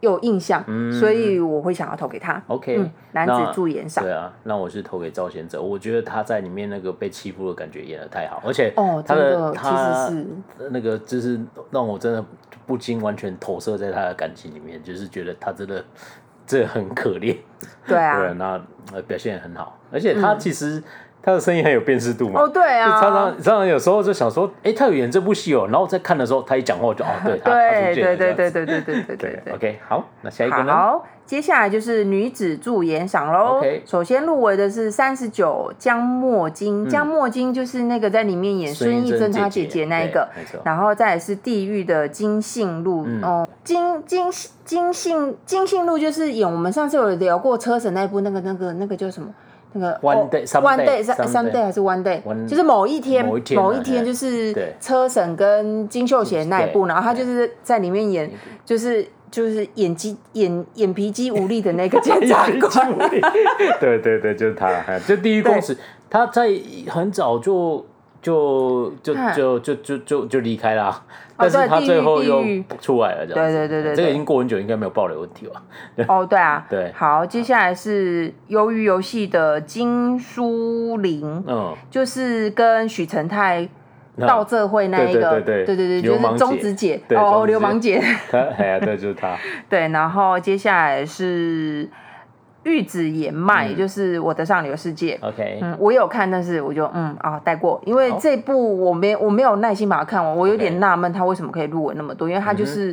[SPEAKER 1] 有印象，所以我会想要投给他。
[SPEAKER 2] OK，、
[SPEAKER 1] 嗯，男
[SPEAKER 2] 那
[SPEAKER 1] 子助演上
[SPEAKER 2] 对，啊，那我是投给赵贤哲，我觉得他在里面那个被欺负的感觉演的太好，而且
[SPEAKER 1] 哦
[SPEAKER 2] 他
[SPEAKER 1] 真
[SPEAKER 2] 的,、
[SPEAKER 1] 的
[SPEAKER 2] 他
[SPEAKER 1] 其
[SPEAKER 2] *laughs*
[SPEAKER 1] 实
[SPEAKER 2] 那个就是让我真的不禁完全投射在他的感情里面，就是觉得他真的这很可怜，
[SPEAKER 1] 对啊，嗯
[SPEAKER 2] 对，那呃表现也很好，而且他其实、他的声音很有辨识度嘛，
[SPEAKER 1] 哦，对
[SPEAKER 2] 就
[SPEAKER 1] 啊，
[SPEAKER 2] 常常常常有时候就想说，哎、他有演这部戏哦，然后在看的时候他一讲话我就哦，对，他
[SPEAKER 1] 对
[SPEAKER 2] 他出现
[SPEAKER 1] 对
[SPEAKER 2] 了这
[SPEAKER 1] 对
[SPEAKER 2] 样
[SPEAKER 1] 对
[SPEAKER 2] 子
[SPEAKER 1] 对对对对对
[SPEAKER 2] *laughs* 对。，OK，好，那下一个呢？
[SPEAKER 1] 好，接下来就是女子助演赏喽。
[SPEAKER 2] OK
[SPEAKER 1] 首先入围的是三十九江墨金，江墨金就是那个在里面演
[SPEAKER 2] 嗯孙
[SPEAKER 1] 孙
[SPEAKER 2] 艺
[SPEAKER 1] 艺珍
[SPEAKER 2] 珍
[SPEAKER 1] 她
[SPEAKER 2] 姐
[SPEAKER 1] 姐
[SPEAKER 2] 姐
[SPEAKER 1] 那一个
[SPEAKER 2] 对没错，
[SPEAKER 1] 然后再来是地狱的金信路
[SPEAKER 2] 嗯
[SPEAKER 1] 哦，金金金信金信路就是演我们上次有聊过车神那一部那个那个那个叫什么？那个
[SPEAKER 2] One
[SPEAKER 1] 哦 one
[SPEAKER 2] day- someday-
[SPEAKER 1] day 三
[SPEAKER 2] someday
[SPEAKER 1] day 还是 one day，
[SPEAKER 2] One-
[SPEAKER 1] 就是某一天
[SPEAKER 2] 某一天啊
[SPEAKER 1] 一天
[SPEAKER 2] 嘿
[SPEAKER 1] 就是
[SPEAKER 2] 对
[SPEAKER 1] 车神跟金秀贤那一部，
[SPEAKER 2] 对嗯
[SPEAKER 1] 然后他就是在里面演就是就是眼肌眼眼皮肌无力的那个检
[SPEAKER 2] *laughs*
[SPEAKER 1] 察官。
[SPEAKER 2] 对对对，就是他，哎就地狱公使，他在很早就就就
[SPEAKER 1] 嗯哦
[SPEAKER 2] 就就就就就离开啦。但是
[SPEAKER 1] 对
[SPEAKER 2] 他
[SPEAKER 1] 地
[SPEAKER 2] 最
[SPEAKER 1] 狱
[SPEAKER 2] 后
[SPEAKER 1] 地
[SPEAKER 2] 又
[SPEAKER 1] 狱
[SPEAKER 2] 出来了，这样子
[SPEAKER 1] 对对对对
[SPEAKER 2] 这个
[SPEAKER 1] 对
[SPEAKER 2] 已经过很久，应该没有暴雷问题吧？
[SPEAKER 1] 哦，对啊，
[SPEAKER 2] 对
[SPEAKER 1] 好，接下来是《鱿鱼游戏》的金书玲，
[SPEAKER 2] 嗯，
[SPEAKER 1] 就是跟许成泰
[SPEAKER 2] 那
[SPEAKER 1] 到这会那一个，
[SPEAKER 2] 对对对对
[SPEAKER 1] 对
[SPEAKER 2] 流
[SPEAKER 1] 就
[SPEAKER 2] 氓
[SPEAKER 1] 是中
[SPEAKER 2] 姐
[SPEAKER 1] 子姐，
[SPEAKER 2] 对中
[SPEAKER 1] 哦，
[SPEAKER 2] 子
[SPEAKER 1] 流
[SPEAKER 2] 姐
[SPEAKER 1] 氓姐，
[SPEAKER 2] 他哎呀，对，就是他，
[SPEAKER 1] 对，然后接下来是玉子言麦，
[SPEAKER 2] 嗯
[SPEAKER 1] 就是《我的上流世界》。
[SPEAKER 2] OK，
[SPEAKER 1] *laughs* 嗯，我有看，但是我就嗯啊带过，因为
[SPEAKER 2] 好
[SPEAKER 1] 这部我没我没有耐心把它看完，我有
[SPEAKER 2] OK 嗯
[SPEAKER 1] 点纳闷它为什么可以入围那么多，因为它就是、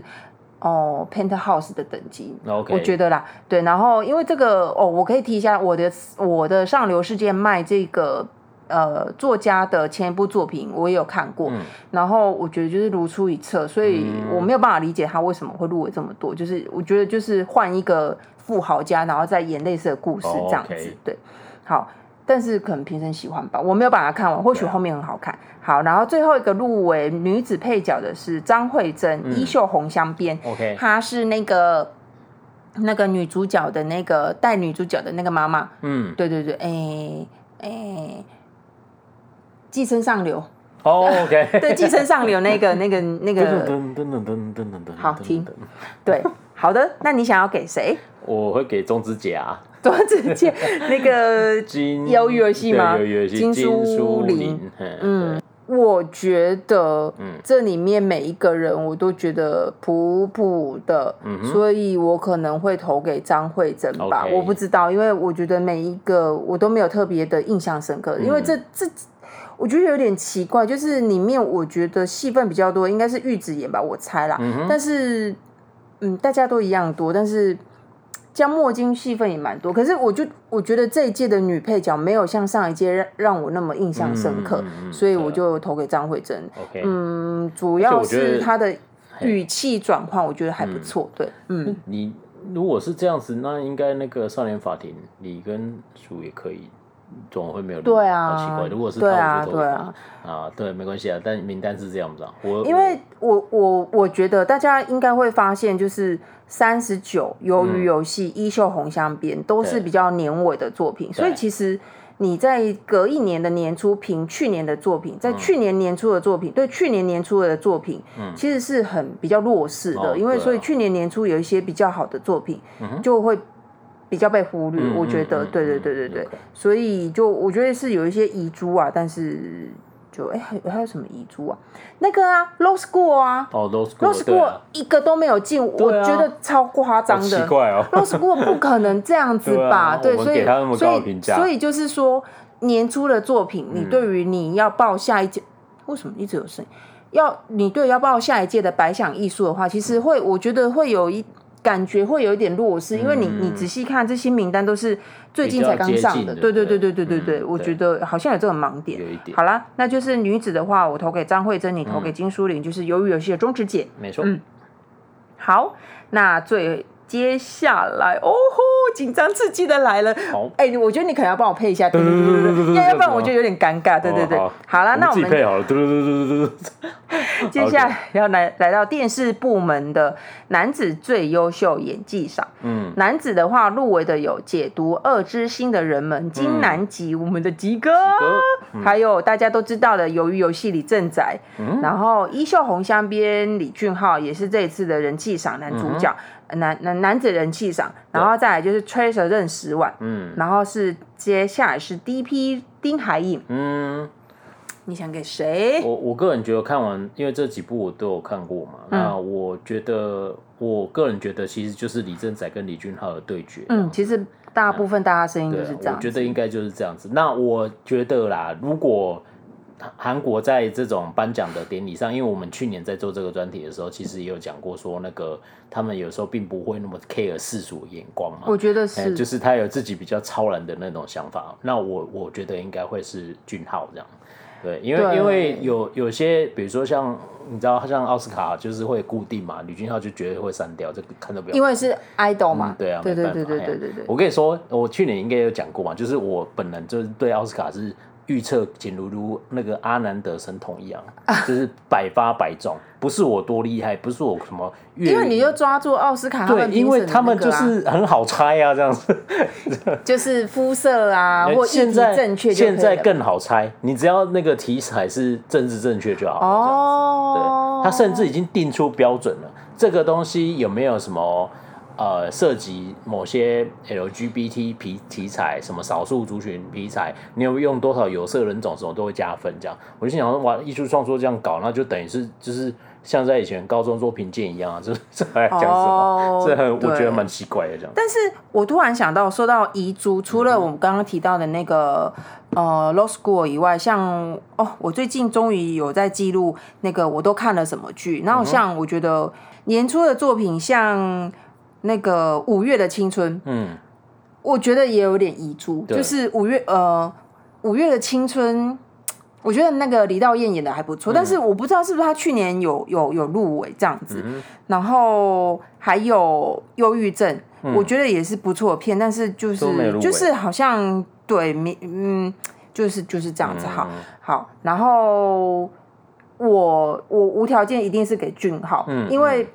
[SPEAKER 1] 哦 Penthouse 的等级，
[SPEAKER 2] 那 OK，
[SPEAKER 1] 我觉得啦，对，然后因为这个哦，我可以提一下我的我的上流世界卖这个呃作家的前一部作品，我也有看过，
[SPEAKER 2] 嗯
[SPEAKER 1] 然后我觉得就是如出一辙，所以
[SPEAKER 2] 嗯
[SPEAKER 1] 我没有办法理解他为什么会入围这么多，就是我觉得就是换一个富豪家，然后再演类似的故事
[SPEAKER 2] 哦
[SPEAKER 1] 这样子，
[SPEAKER 2] OK
[SPEAKER 1] 对，好。但是可能评审喜欢吧，我没有把它看完，或许
[SPEAKER 2] 对啊
[SPEAKER 1] 后面很好看。好，然后最后一个入围女子配角的是张惠珍，
[SPEAKER 2] 嗯哎
[SPEAKER 1] 衣袖红香边》， *laughs*
[SPEAKER 2] OK，
[SPEAKER 1] 她是那个那个女主角的那个带女主角的那个妈妈，
[SPEAKER 2] 嗯，
[SPEAKER 1] 对对对，诶诶，寄生上流，
[SPEAKER 2] 哦 OK，
[SPEAKER 1] *laughs* 对，寄生上流那个那个那个，
[SPEAKER 2] 噔噔噔噔噔噔噔噔，
[SPEAKER 1] 好
[SPEAKER 2] 噔
[SPEAKER 1] 听
[SPEAKER 2] 噔
[SPEAKER 1] 对，好的，那你想要给谁？ *laughs*
[SPEAKER 2] 我会给钟子姐啊，
[SPEAKER 1] 多直接那个，
[SPEAKER 2] 金
[SPEAKER 1] 鱿鱼游戏
[SPEAKER 2] 对
[SPEAKER 1] 吗
[SPEAKER 2] 鱿鱼游戏，
[SPEAKER 1] 金
[SPEAKER 2] 金
[SPEAKER 1] 书玲
[SPEAKER 2] 玲，嗯，
[SPEAKER 1] 嗯，我觉得
[SPEAKER 2] 嗯
[SPEAKER 1] 这里面每一个人我都觉得普普的，
[SPEAKER 2] 嗯哼
[SPEAKER 1] 所以我可能会投给张惠珍吧
[SPEAKER 2] OK
[SPEAKER 1] 我不知道，因为我觉得每一个我都没有特别的印象深刻，因为
[SPEAKER 2] 嗯
[SPEAKER 1] 这这。我觉得有点奇怪，就是里面我觉得戏份比较多，应该是玉子演吧，我猜啦。
[SPEAKER 2] 嗯哼
[SPEAKER 1] 但是，嗯，大家都一样多，但是像墨金戏份也蛮多。可是我就我觉得这一届的女配角没有像上一届让让我那么印象深刻，
[SPEAKER 2] 嗯嗯嗯嗯
[SPEAKER 1] 所以
[SPEAKER 2] 对
[SPEAKER 1] 我就投给张慧珍。
[SPEAKER 2] OK，
[SPEAKER 1] 嗯，主要
[SPEAKER 2] 而且我觉
[SPEAKER 1] 是
[SPEAKER 2] 得
[SPEAKER 1] 她的语气转换，我觉得还不错。对，嗯，
[SPEAKER 2] 你如果是这样子，那应该那个少年法庭，你跟鼠也可以，总会没有
[SPEAKER 1] 对啊
[SPEAKER 2] 好奇怪。如果是他，
[SPEAKER 1] 对啊
[SPEAKER 2] 我就投
[SPEAKER 1] 对啊
[SPEAKER 2] 他啊，对，没关系啊，但名单是这样子啊，我
[SPEAKER 1] 因为我我我觉得大家应该会发现，就是三十九《鱿鱼游戏》《衣袖红香边》都是
[SPEAKER 2] 嗯对
[SPEAKER 1] 比较年尾的作品，所以其实你在隔一年的年初评去年的作品，在
[SPEAKER 2] 嗯
[SPEAKER 1] 去年年初的作品、对去年年初的作品，其实是很比较弱势的，
[SPEAKER 2] 哦
[SPEAKER 1] 因为
[SPEAKER 2] 对啊
[SPEAKER 1] 所以去年年初有一些比较好的作品、就会。比较被忽略，
[SPEAKER 2] 嗯
[SPEAKER 1] 我觉得，
[SPEAKER 2] 嗯嗯
[SPEAKER 1] 对对
[SPEAKER 2] 嗯
[SPEAKER 1] 对对对
[SPEAKER 2] 有可能
[SPEAKER 1] 所以就我觉得是有一些遗珠啊，但是就哎、还有还有什么遗珠啊？那个啊，Low School 啊
[SPEAKER 2] 哦都是
[SPEAKER 1] ，Low
[SPEAKER 2] 过对
[SPEAKER 1] School
[SPEAKER 2] 啊，
[SPEAKER 1] 一个都没有进，我
[SPEAKER 2] 对啊
[SPEAKER 1] 觉得超夸张
[SPEAKER 2] 好奇
[SPEAKER 1] 的。
[SPEAKER 2] 怪哦，
[SPEAKER 1] Low School 不可能这样子
[SPEAKER 2] 对啊
[SPEAKER 1] 吧？对，
[SPEAKER 2] 我们
[SPEAKER 1] 所以
[SPEAKER 2] 给他那么
[SPEAKER 1] 所
[SPEAKER 2] 高的
[SPEAKER 1] 以
[SPEAKER 2] 评价
[SPEAKER 1] 所以就是说，年初的作品，你对于你要报下一届，为什么一直有声音？要你对要报下一届的百想艺术的话，其实会，我觉得会有一。感觉会有一点弱
[SPEAKER 2] 嗯
[SPEAKER 1] 势，因为你你仔细看这些名单都是最近才刚上的，
[SPEAKER 2] 比较接近的
[SPEAKER 1] 对对对
[SPEAKER 2] 对
[SPEAKER 1] 对对对对，
[SPEAKER 2] 嗯
[SPEAKER 1] 我觉得好像有这个盲点
[SPEAKER 2] 有一。点嗯
[SPEAKER 1] 好啦，那就是女子的话，我投给张慧珍，你投给金淑玲，就是《鱿鱼游戏》的钟池姐。
[SPEAKER 2] *laughs* 没错，
[SPEAKER 1] 好，那最接下来，哦吼，紧张刺激的来了。
[SPEAKER 2] 好，
[SPEAKER 1] 哎、我觉得你可能要帮我配一下，对对
[SPEAKER 2] 对
[SPEAKER 1] 对对
[SPEAKER 2] 对
[SPEAKER 1] 对，
[SPEAKER 2] 对对
[SPEAKER 1] 要要不然我就有点尴尬，对对对。
[SPEAKER 2] 哦
[SPEAKER 1] 好啊了，那我
[SPEAKER 2] 自己
[SPEAKER 1] 们
[SPEAKER 2] 配好了，嘟嘟嘟嘟嘟嘟，
[SPEAKER 1] 接下来要来来到电视部门的男子最优秀演技赏。
[SPEAKER 2] 嗯，
[SPEAKER 1] 男子的话，入围的有《解读恶之心的人们》、《金南吉》我们的吉哥，
[SPEAKER 2] 嗯
[SPEAKER 1] 还有大家都知道的《鱿鱼游戏》里正仔，然后《衣袖红香边》李俊浩也是这一次的人气赏男主
[SPEAKER 2] 嗯
[SPEAKER 1] 角，呃男男男子人气赏，然后再来就是 Tracer 任时婉，
[SPEAKER 2] 嗯
[SPEAKER 1] 然后是接下来是 DP 丁海颖，
[SPEAKER 2] 嗯。
[SPEAKER 1] 你想给谁？
[SPEAKER 2] 我我个人觉得看完，因为这几部我都有看
[SPEAKER 1] 嗯
[SPEAKER 2] 过嘛，那我觉得我个人觉得其实就是李正宰跟李俊浩的对决，
[SPEAKER 1] 嗯，其实大部分大家声音就
[SPEAKER 2] 对啊
[SPEAKER 1] 是这样
[SPEAKER 2] 我，觉得应该就是这样子。那我觉得啦，如果韩韩国在这种颁奖的典礼上，因为我们去年在做这个专题的时候，其实也有讲过说，那个他们有时候并不会那么 care 世俗眼光嘛。
[SPEAKER 1] 我觉得
[SPEAKER 2] 哎
[SPEAKER 1] 哦是
[SPEAKER 2] 就，是他有自己比较超然的那种想法。那我我觉得应该会是俊浩这样，对，因为
[SPEAKER 1] 对
[SPEAKER 2] 因为有有些，比如说像你知道，像奥斯卡就是会固定嘛，吕俊浩就绝对会删掉，这个看都不用看。
[SPEAKER 1] 因为是 idol 嘛，
[SPEAKER 2] 对啊，
[SPEAKER 1] 对
[SPEAKER 2] 没
[SPEAKER 1] 对
[SPEAKER 2] 办法哎
[SPEAKER 1] 对对
[SPEAKER 2] 嘿
[SPEAKER 1] 对对对。
[SPEAKER 2] 我跟你说，我去年应该有讲过嘛，就是我本人就是对奥斯卡是预测简如如那个阿南德神童一样，啊 *laughs* 就是百发百中，不是我多厉害，不是我什么越，
[SPEAKER 1] 因为你就抓住奥斯卡他
[SPEAKER 2] 对，
[SPEAKER 1] 们评
[SPEAKER 2] 因
[SPEAKER 1] 审
[SPEAKER 2] 为
[SPEAKER 1] 的
[SPEAKER 2] 他们
[SPEAKER 1] 那
[SPEAKER 2] 就
[SPEAKER 1] 个啊，
[SPEAKER 2] 是很好猜啊，这样子。
[SPEAKER 1] 就是肤色啊，或议
[SPEAKER 2] 哎现
[SPEAKER 1] 题
[SPEAKER 2] 在
[SPEAKER 1] 正确就可以
[SPEAKER 2] 现
[SPEAKER 1] 了
[SPEAKER 2] 在更好猜，你只要那个题材是政治正确就好了。这样子
[SPEAKER 1] 哦，
[SPEAKER 2] 对，他甚至已经定出标准了，这个东西有没有什么呃涉及某些 LGBT 题题材，什么少数族群题材，你有用多少有色人种，什么都会加分这样。我就想说，哇，艺术创作这样搞，那就等于是就是像在以前高中做评鉴一样啊，就是 *laughs* 这还讲什么？
[SPEAKER 1] 哦
[SPEAKER 2] 这很我觉
[SPEAKER 1] 对
[SPEAKER 2] 得蛮奇怪的这样。
[SPEAKER 1] 但是我突然想到，说到遗珠，除了我们刚刚提到的那个呃 Law School 以外，像哦，我最近终于有在记录那个我都看了什么剧，然后
[SPEAKER 2] 嗯
[SPEAKER 1] 像我觉得年初的作品，像那个五月的青春，
[SPEAKER 2] 嗯，
[SPEAKER 1] 我觉得也有点遗珠，
[SPEAKER 2] 对
[SPEAKER 1] 就是五月呃五月的青春。我觉得那个李道彦演的还不错，但
[SPEAKER 2] 嗯
[SPEAKER 1] 是我不知道是不是他去年有有有入围这样子，然后还有忧郁症，我觉得也是不错的片，但是就
[SPEAKER 2] 嗯都没
[SPEAKER 1] 是
[SPEAKER 2] 有入围
[SPEAKER 1] 就是好像对，没嗯，就是就是这样子，好
[SPEAKER 2] 嗯
[SPEAKER 1] 好，然后我我无条件一定是给俊浩，
[SPEAKER 2] 嗯
[SPEAKER 1] 因为。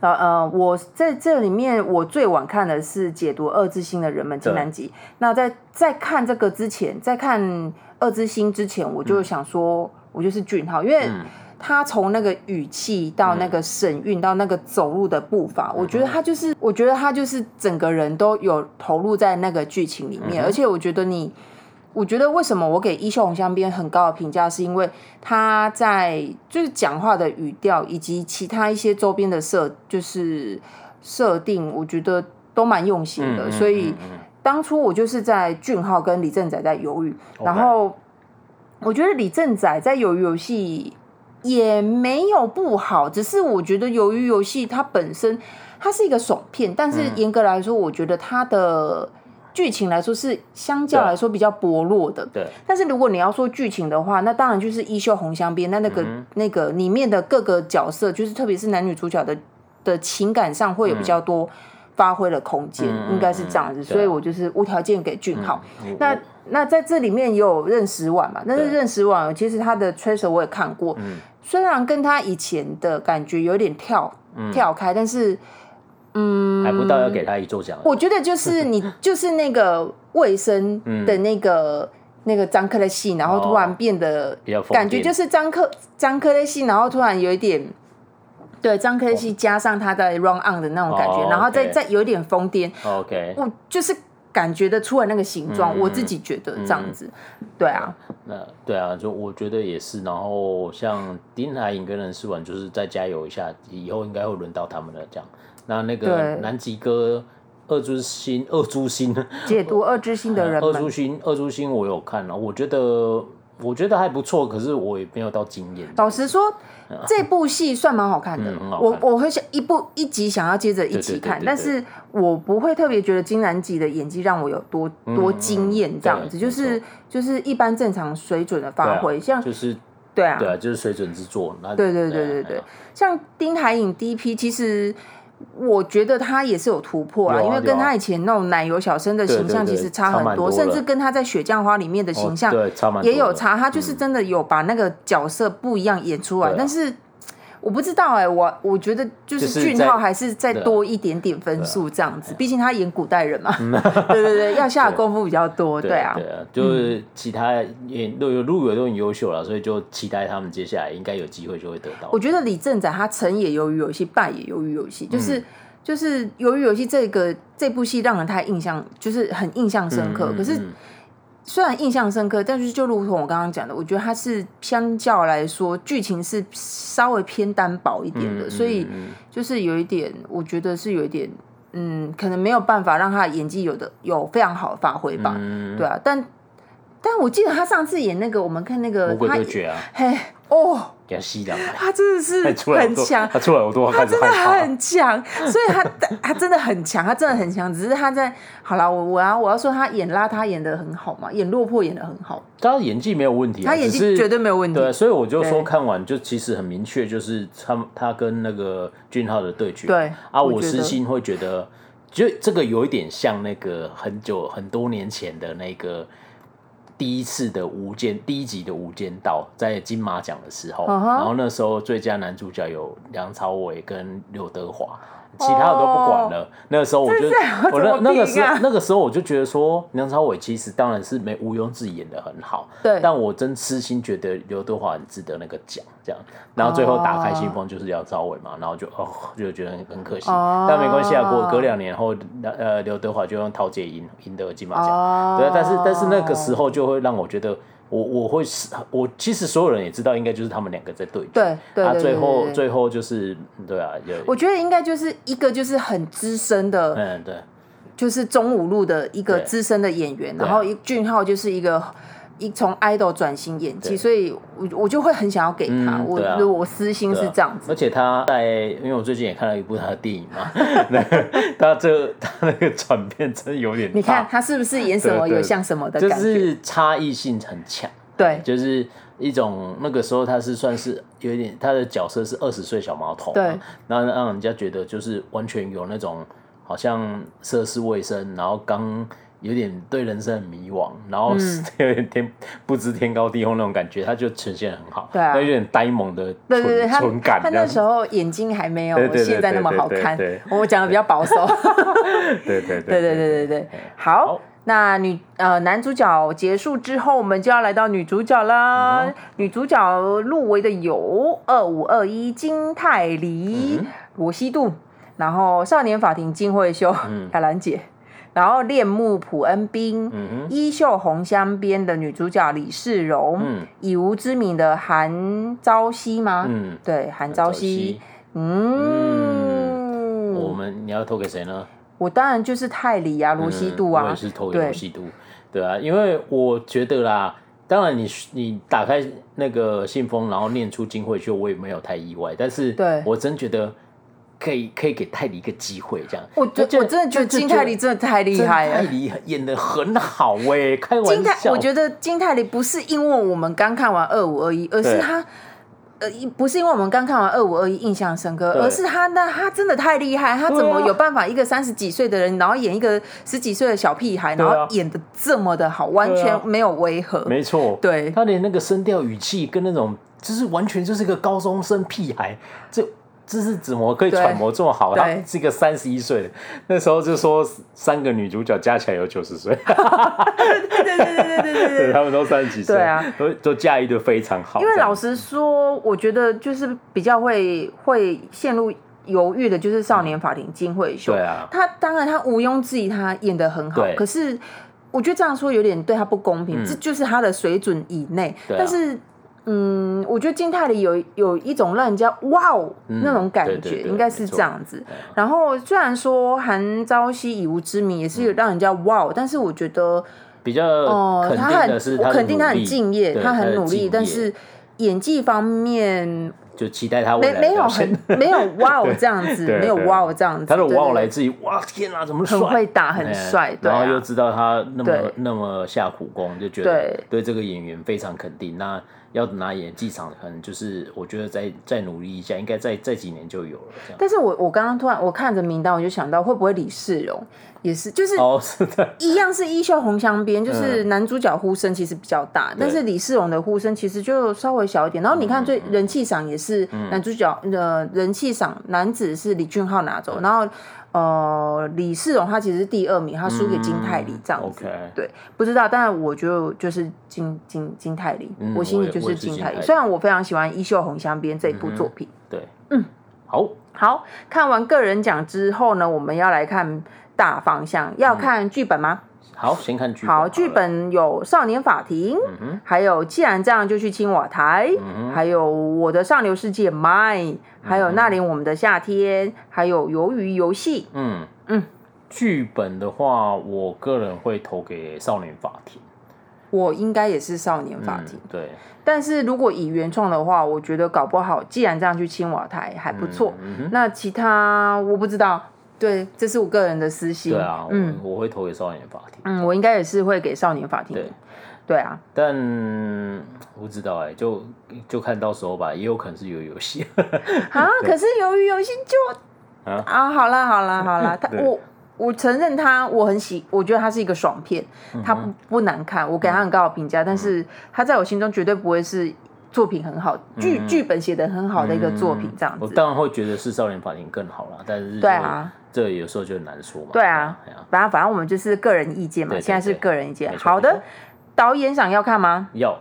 [SPEAKER 1] 呃呃，我在这里面我最晚看的是解读二之星的人们清单集。那在在看这个之前，在看二之星之前，我
[SPEAKER 2] 嗯
[SPEAKER 1] 就想说，我就是俊浩，因为他从那个语气到那个神韵到那个走路的步伐，
[SPEAKER 2] 嗯
[SPEAKER 1] 我觉得他就是，我觉得他就是整个人都有投入在那个剧情里
[SPEAKER 2] 嗯
[SPEAKER 1] 面，而且我觉得你。我觉得为什么我给《衣袖红香边》很高的评价，是因为他在就是讲话的语调以及其他一些周边的设就是设定，我觉得都蛮用心的。
[SPEAKER 2] 嗯嗯
[SPEAKER 1] 呃所以
[SPEAKER 2] 嗯嗯
[SPEAKER 1] 当初我就是在俊浩跟李正宰在犹豫，然后我觉得李正宰在鱿鱼游戏也没有不好，只是我觉得鱿鱼游戏它本身它是一个爽片，但是严格来说，我觉得它的剧情来说是相较
[SPEAKER 2] 对
[SPEAKER 1] 来说比较薄弱的。
[SPEAKER 2] 嗯对，
[SPEAKER 1] 但是如果你要说剧情的话，那当然就是《衣袖红香边》那那个、
[SPEAKER 2] 嗯
[SPEAKER 1] 那个里面的各个角色，就是特别是男女主角的的情感上会有比较多发挥的空间，
[SPEAKER 2] 嗯
[SPEAKER 1] 应该是这样子。
[SPEAKER 2] 嗯嗯
[SPEAKER 1] 所以
[SPEAKER 2] 对啊
[SPEAKER 1] 我就是无条件给俊浩。
[SPEAKER 2] 我
[SPEAKER 1] 那那在这里面也有认识晚嘛，但是
[SPEAKER 2] 对嗯
[SPEAKER 1] 认识晚其实他的 tracer 我也看过，虽然跟他以前的感觉有点跳、
[SPEAKER 2] 嗯
[SPEAKER 1] 跳开，但是
[SPEAKER 2] 还不到要给他一座奖，
[SPEAKER 1] 嗯
[SPEAKER 2] 啊
[SPEAKER 1] 我觉得就是
[SPEAKER 2] *laughs*
[SPEAKER 1] 你就是那个卫生的
[SPEAKER 2] 嗯
[SPEAKER 1] 那个、那个张克的戏，然后突
[SPEAKER 2] 哦
[SPEAKER 1] 然变得
[SPEAKER 2] 比较疯癫
[SPEAKER 1] 感觉就是张克张克的戏，然后突然有一点。对张克的戏加上他在 run on 的那种感觉，
[SPEAKER 2] 哦
[SPEAKER 1] 然后再
[SPEAKER 2] OK
[SPEAKER 1] 再有一点疯癫，
[SPEAKER 2] OK。
[SPEAKER 1] 我就是感觉得出来那个形状，
[SPEAKER 2] 嗯
[SPEAKER 1] 我自己觉得这样子，对啊，
[SPEAKER 2] 那对啊，就我觉得也是。然后像丁海颖跟任世文，就是再加油一下，以后应该会轮到他们了。这样，那那个
[SPEAKER 1] 对
[SPEAKER 2] 南极哥、二猪星、二猪星、
[SPEAKER 1] 解读二之心的人
[SPEAKER 2] 二猪
[SPEAKER 1] 们。
[SPEAKER 2] 星、二猪星，我有看啊了，我觉得我觉得还不错，可是我也没有到惊艳。
[SPEAKER 1] 老实说，这部戏算蛮好看的，
[SPEAKER 2] 嗯很好
[SPEAKER 1] 我
[SPEAKER 2] 看
[SPEAKER 1] 我会想一部一集想要接着一起看，
[SPEAKER 2] 对对对对对
[SPEAKER 1] 但是我不会特别觉得金南吉的演技让我有多、多惊艳这样子，
[SPEAKER 2] 嗯对
[SPEAKER 1] 就是
[SPEAKER 2] 没
[SPEAKER 1] 就是一般正常水准的
[SPEAKER 2] 对
[SPEAKER 1] 发
[SPEAKER 2] 啊
[SPEAKER 1] 挥，像
[SPEAKER 2] 就是
[SPEAKER 1] 对啊
[SPEAKER 2] 对啊，就是水准之作。那
[SPEAKER 1] 对对对
[SPEAKER 2] 啊
[SPEAKER 1] 对对
[SPEAKER 2] 啊，
[SPEAKER 1] 像丁海颖第一批，其实我觉得他也是有突破啦，
[SPEAKER 2] 有啊
[SPEAKER 1] 因为
[SPEAKER 2] 有啊
[SPEAKER 1] 跟他以前那种奶油小生的形象
[SPEAKER 2] 对
[SPEAKER 1] 其
[SPEAKER 2] 对对
[SPEAKER 1] 实差
[SPEAKER 2] 差
[SPEAKER 1] 很
[SPEAKER 2] 蛮多了
[SPEAKER 1] 甚至跟他在《雪降花》里面的
[SPEAKER 2] 哦
[SPEAKER 1] 形象
[SPEAKER 2] 对差蛮多
[SPEAKER 1] 也有
[SPEAKER 2] 的
[SPEAKER 1] 差，他就是真的有把那个角色不一样演出来，
[SPEAKER 2] 对啊
[SPEAKER 1] 但是。我不知道哎、我我觉得就是
[SPEAKER 2] 就是
[SPEAKER 1] 俊
[SPEAKER 2] 在
[SPEAKER 1] 浩还是再
[SPEAKER 2] 对啊啊
[SPEAKER 1] 多一点点分数这样子，毕竟他演古代人
[SPEAKER 2] *laughs*
[SPEAKER 1] 嘛，对对对，要下的功夫比较多，对啊，
[SPEAKER 2] 对啊，就是其他也都有入围都很优秀了，所以就期待他们接下来应该有机会就会得到
[SPEAKER 1] 我。觉得李正宰他成也鱿鱼游戏，败也鱿鱼游戏，就是、
[SPEAKER 2] 嗯
[SPEAKER 1] 就是鱿鱼游戏这个这部戏让人太印象，就是很印象深刻。
[SPEAKER 2] 嗯
[SPEAKER 1] 可是
[SPEAKER 2] 嗯
[SPEAKER 1] 虽然印象深刻，但是就如同我刚刚讲的，我觉得它是相较来说剧情是稍微偏单薄一点的，
[SPEAKER 2] 嗯
[SPEAKER 1] 所以
[SPEAKER 2] 嗯嗯
[SPEAKER 1] 就是有一点，我觉得是有一点。嗯，可能没有办法让他的演技有的有非常好的发挥吧，
[SPEAKER 2] 嗯
[SPEAKER 1] 对啊，但但我记得他上次演那个，我们看那个
[SPEAKER 2] 魔鬼
[SPEAKER 1] 他
[SPEAKER 2] 对决啊， *laughs*
[SPEAKER 1] 嘿哦，
[SPEAKER 2] 给他吸两
[SPEAKER 1] 他真的呃
[SPEAKER 2] *laughs*
[SPEAKER 1] 是
[SPEAKER 2] 出来
[SPEAKER 1] 很
[SPEAKER 2] 我都
[SPEAKER 1] 强，
[SPEAKER 2] 他出来我都要
[SPEAKER 1] 他
[SPEAKER 2] 哦开始
[SPEAKER 1] 真
[SPEAKER 2] 害
[SPEAKER 1] 的
[SPEAKER 2] 怕。
[SPEAKER 1] 很强，所以他他真的很强，他真的很强。只是他在好了，我我要我要说他演邋遢演的很好嘛，演落魄演的很好，
[SPEAKER 2] 他演技没有问题啊，
[SPEAKER 1] 他演技
[SPEAKER 2] 只是
[SPEAKER 1] 绝对没有问题。
[SPEAKER 2] 对，所以我就
[SPEAKER 1] 对
[SPEAKER 2] 说看完就其实很明确，就是他们他跟那个俊浩的对决。
[SPEAKER 1] 对
[SPEAKER 2] 啊，
[SPEAKER 1] 我
[SPEAKER 2] 我
[SPEAKER 1] 觉得
[SPEAKER 2] 私心会觉得，就这个有一点像那个很久很多年前的那个第一次的《无间》第一集的《无间道》在金马奖的时候
[SPEAKER 1] 嗯哼
[SPEAKER 2] 然后那时候最佳男主角有梁朝伟跟刘德华，其他的都不管了。那个时候我就
[SPEAKER 1] 哦这是要怎
[SPEAKER 2] 我
[SPEAKER 1] 么
[SPEAKER 2] 那那个时
[SPEAKER 1] 评
[SPEAKER 2] 候
[SPEAKER 1] 啊
[SPEAKER 2] 那个时候我就觉得说，梁朝伟其实当然是没毋庸置疑演的很好，
[SPEAKER 1] 对
[SPEAKER 2] 但我真痴心觉得刘德华很值得那个奖，这样。然后最后打开信封就是梁朝伟嘛，然后就哦就觉得很很可惜，
[SPEAKER 1] 哦
[SPEAKER 2] 但没关系啊，过隔两年后，呃刘德华就用桃姐赢赢得金马奖。
[SPEAKER 1] 哦
[SPEAKER 2] 对啊，但是但是那个时候就会让我觉得我，我会是，我其实所有人也知道，应该就是他们两个在对决。
[SPEAKER 1] 对对
[SPEAKER 2] 啊，
[SPEAKER 1] 对
[SPEAKER 2] 最
[SPEAKER 1] 对
[SPEAKER 2] 后
[SPEAKER 1] 对
[SPEAKER 2] 最后就是对啊，有
[SPEAKER 1] 我觉得应该就是一个就是很资深的，
[SPEAKER 2] 嗯对
[SPEAKER 1] 就是中五路的一个
[SPEAKER 2] 对
[SPEAKER 1] 资深的演员，
[SPEAKER 2] 对啊
[SPEAKER 1] 然后一俊浩就是一个一从 idol 转型演技，
[SPEAKER 2] 对
[SPEAKER 1] 所以我我就会很想要给他，
[SPEAKER 2] 嗯
[SPEAKER 1] 我
[SPEAKER 2] 对啊
[SPEAKER 1] 我私心
[SPEAKER 2] 对啊
[SPEAKER 1] 是这样子，
[SPEAKER 2] 而且他在，因为我最近也看了一部他的电影嘛， *laughs* 那个他这他那个转变真的有点大，
[SPEAKER 1] 你看他是不是演什么
[SPEAKER 2] 对对
[SPEAKER 1] 有像什么的
[SPEAKER 2] 就
[SPEAKER 1] 感觉？
[SPEAKER 2] 是差异性很强。
[SPEAKER 1] 对
[SPEAKER 2] 就是一种那个时候他是算是有一点他的角色是二十岁小毛头嘛，
[SPEAKER 1] 对
[SPEAKER 2] 然后让人家觉得就是完全有那种好像涉世未深，然后刚有点对人生很迷惘，然后
[SPEAKER 1] 嗯
[SPEAKER 2] 有点天、不知天高地厚那种感觉，他就呈现得很好，
[SPEAKER 1] 对啊
[SPEAKER 2] 那有点呆萌的
[SPEAKER 1] 对对对，
[SPEAKER 2] 纯
[SPEAKER 1] 他
[SPEAKER 2] 纯感
[SPEAKER 1] 他
[SPEAKER 2] 这
[SPEAKER 1] 那
[SPEAKER 2] 样
[SPEAKER 1] 时
[SPEAKER 2] 子，
[SPEAKER 1] 候眼睛还没有
[SPEAKER 2] 对对对
[SPEAKER 1] 现在那么好看
[SPEAKER 2] 对对，
[SPEAKER 1] 我讲的比较保守。
[SPEAKER 2] 对对
[SPEAKER 1] 对
[SPEAKER 2] 对
[SPEAKER 1] 对对
[SPEAKER 2] 对
[SPEAKER 1] 对对，好
[SPEAKER 2] 好。
[SPEAKER 1] 那女呃男主角结束之后，我们就要来到女主角啦。
[SPEAKER 2] 嗯
[SPEAKER 1] 女主角入围的有二五二一金泰梨、
[SPEAKER 2] 嗯
[SPEAKER 1] 罗西度，然后少年法庭金惠秀、凯兰姐，然后恋慕朴恩斌、
[SPEAKER 2] 嗯
[SPEAKER 1] 衣袖红香边的女主角李世荣，
[SPEAKER 2] 嗯
[SPEAKER 1] 以无之名的韩朝夕吗？
[SPEAKER 2] 嗯，
[SPEAKER 1] 对，韩朝夕，嗯，
[SPEAKER 2] 我们你要投给谁呢？
[SPEAKER 1] 我当然就是泰里啊，罗西度
[SPEAKER 2] 嗯我
[SPEAKER 1] 啊
[SPEAKER 2] 也，是投给
[SPEAKER 1] 对
[SPEAKER 2] 罗西度，对啊，因为我觉得啦，当然你你打开那个信封，然后念出金惠秀，我也没有太意外，但是
[SPEAKER 1] 对
[SPEAKER 2] 我真觉得可以可以给泰迪一个机会，这样，
[SPEAKER 1] 我觉
[SPEAKER 2] 就
[SPEAKER 1] 我真的觉得
[SPEAKER 2] 就
[SPEAKER 1] 金泰梨真的太厉
[SPEAKER 2] 真的
[SPEAKER 1] 害
[SPEAKER 2] 泰
[SPEAKER 1] 了。
[SPEAKER 2] 迪演的很好哎、开玩
[SPEAKER 1] 金泰，
[SPEAKER 2] 笑，
[SPEAKER 1] 我觉得金泰梨不是因为我们刚看完二五二一，而是
[SPEAKER 2] 对
[SPEAKER 1] 他。呃，一不是因为我们刚看完二五二一印象深刻，
[SPEAKER 2] 对
[SPEAKER 1] 而是他那他真的太厉害，他怎么
[SPEAKER 2] 对啊
[SPEAKER 1] 有办法一个三十几岁的人，然后演一个十几岁的小屁孩，
[SPEAKER 2] 对
[SPEAKER 1] 然
[SPEAKER 2] 啊
[SPEAKER 1] 后演的这么的好，完
[SPEAKER 2] 对啊
[SPEAKER 1] 全没有违和。
[SPEAKER 2] 没错，
[SPEAKER 1] 对
[SPEAKER 2] 他连那个声调语气跟那种，就是完全就是个高中生屁孩，这这是怎么可以
[SPEAKER 1] 对
[SPEAKER 2] 揣摩这么好？
[SPEAKER 1] 对
[SPEAKER 2] 他是一个三十一岁的，那时候就说三个女主角加起来有九十岁，
[SPEAKER 1] *laughs* 对对对对对对对
[SPEAKER 2] 对，他们都三十几岁，
[SPEAKER 1] 对啊，
[SPEAKER 2] 都都驾驭的非常好。
[SPEAKER 1] 因为
[SPEAKER 2] 这样
[SPEAKER 1] 老实说，我觉得就是比较会会陷入犹豫的，就是少年法庭金惠秀。
[SPEAKER 2] 对啊，
[SPEAKER 1] 他当然他毋庸置疑，他演的很好
[SPEAKER 2] 对，
[SPEAKER 1] 可是我觉得这样说有点对他不公平，
[SPEAKER 2] 嗯
[SPEAKER 1] 这就是他的水准以内。
[SPEAKER 2] 对啊
[SPEAKER 1] 但是，嗯，我觉得金泰里有有一种让人家哇哦、
[SPEAKER 2] 嗯
[SPEAKER 1] 那种感觉，
[SPEAKER 2] 对对对
[SPEAKER 1] 应该是
[SPEAKER 2] 没错嗯
[SPEAKER 1] 这样子。然后虽然说韩朝夕以无之名也是有让人家哇、哦，但是我觉得。
[SPEAKER 2] 比较
[SPEAKER 1] 哦，
[SPEAKER 2] 呃肯
[SPEAKER 1] 他
[SPEAKER 2] 定的
[SPEAKER 1] 很
[SPEAKER 2] 是，
[SPEAKER 1] 我
[SPEAKER 2] 的
[SPEAKER 1] 肯定他很
[SPEAKER 2] 努力
[SPEAKER 1] 敬业，
[SPEAKER 2] 对
[SPEAKER 1] 他
[SPEAKER 2] 的
[SPEAKER 1] 很努
[SPEAKER 2] 敬
[SPEAKER 1] 力
[SPEAKER 2] 业，
[SPEAKER 1] 但是演技方面
[SPEAKER 2] 就期待他未
[SPEAKER 1] 没
[SPEAKER 2] 来的
[SPEAKER 1] 没有
[SPEAKER 2] 表现
[SPEAKER 1] 很没有哇哦这样子，
[SPEAKER 2] *laughs* 对
[SPEAKER 1] 没有
[SPEAKER 2] 对
[SPEAKER 1] 哇哦这样子，
[SPEAKER 2] 他的
[SPEAKER 1] 对
[SPEAKER 2] 哇哦
[SPEAKER 1] 对
[SPEAKER 2] 来
[SPEAKER 1] 对
[SPEAKER 2] 自于哇天啊，怎么帅
[SPEAKER 1] 很会打，很
[SPEAKER 2] 哎
[SPEAKER 1] 帅，对
[SPEAKER 2] 然后又
[SPEAKER 1] 啊，
[SPEAKER 2] 知道他那么
[SPEAKER 1] 对
[SPEAKER 2] 那么下苦功，就觉得
[SPEAKER 1] 对
[SPEAKER 2] 对这个演员非常肯定。那要拿演技场，可能就是我觉得再再努力一下，应该再再几年就有了这样。
[SPEAKER 1] 但是我我刚刚突然我看着名单，我就想到会不会李世荣也是，就是
[SPEAKER 2] 哦，嗯是的，
[SPEAKER 1] 一样是衣袖红香边，就是男主角呼声其实比较大，但是李世荣的呼声其实就稍微小一点。然后你
[SPEAKER 2] 嗯
[SPEAKER 1] 看最人气赏也是男主角，呃，人气赏男子是李俊浩拿
[SPEAKER 2] 嗯
[SPEAKER 1] 走，然后呃李世荣他其实是第二名，他输给金泰梨这样子。
[SPEAKER 2] 嗯 OK
[SPEAKER 1] 对，不知道，但我就就是金金金泰梨，
[SPEAKER 2] 嗯
[SPEAKER 1] 我心
[SPEAKER 2] 我
[SPEAKER 1] 里
[SPEAKER 2] 也
[SPEAKER 1] 就
[SPEAKER 2] 我也是
[SPEAKER 1] 金
[SPEAKER 2] 金
[SPEAKER 1] 泰
[SPEAKER 2] 泰
[SPEAKER 1] 梨。
[SPEAKER 2] 梨
[SPEAKER 1] 虽然我非常喜欢《衣袖红香边》这一部作品，
[SPEAKER 2] 对，嗯，好，
[SPEAKER 1] 好看完个人奖之后呢，我们要来看大方向，要看剧本吗？
[SPEAKER 2] 好，嗯先看剧本。
[SPEAKER 1] 好，剧。本有《少年法庭》还有《既然这样就去青瓦台》
[SPEAKER 2] 嗯
[SPEAKER 1] 还有《我的上流世界》Mine，还有《那年我们的夏天》，还有《鱿鱼游戏》。
[SPEAKER 2] 嗯
[SPEAKER 1] 嗯
[SPEAKER 2] 嗯，剧本的话，我个人会投给《少年法庭》
[SPEAKER 1] 我应该也是少年法
[SPEAKER 2] 嗯
[SPEAKER 1] 庭，
[SPEAKER 2] 对，
[SPEAKER 1] 但是如果以原创的话，我觉得搞不好《既然这样去青瓦台》还不错。
[SPEAKER 2] 嗯哼
[SPEAKER 1] 那其他我不知道，对，这是我个人的私心。
[SPEAKER 2] 对啊，
[SPEAKER 1] 嗯
[SPEAKER 2] 我我会投给《少年法庭》。
[SPEAKER 1] 嗯，我应该也是会给少年法庭。
[SPEAKER 2] 对
[SPEAKER 1] 对啊，
[SPEAKER 2] 但不知道哎、就就看到时候吧，也有可能是有游戏。
[SPEAKER 1] 啊，可是鱿鱼游戏就
[SPEAKER 2] 啊 *laughs*
[SPEAKER 1] 啊，好啦好啦好啦，他
[SPEAKER 2] 对
[SPEAKER 1] 我我承认他，我很喜，我觉得他是一个爽片，
[SPEAKER 2] 嗯
[SPEAKER 1] 他不不难看，我给他很高的评价，但是他在我心中绝对不会是作品很好，
[SPEAKER 2] 嗯
[SPEAKER 1] 剧剧本写的很好的一个作品这样
[SPEAKER 2] 我
[SPEAKER 1] 子。
[SPEAKER 2] 当然会觉得是少年法庭更好啦，但是
[SPEAKER 1] 对啊，
[SPEAKER 2] 这有时候就很难说嘛。
[SPEAKER 1] 对啊
[SPEAKER 2] 哎呀，
[SPEAKER 1] 反正反正我们就是个人意见嘛，
[SPEAKER 2] 对对
[SPEAKER 1] 现在是
[SPEAKER 2] 对
[SPEAKER 1] 个人意见。
[SPEAKER 2] 没错
[SPEAKER 1] 好
[SPEAKER 2] 没
[SPEAKER 1] 的
[SPEAKER 2] 错，
[SPEAKER 1] 导演赏要看吗？
[SPEAKER 2] 要，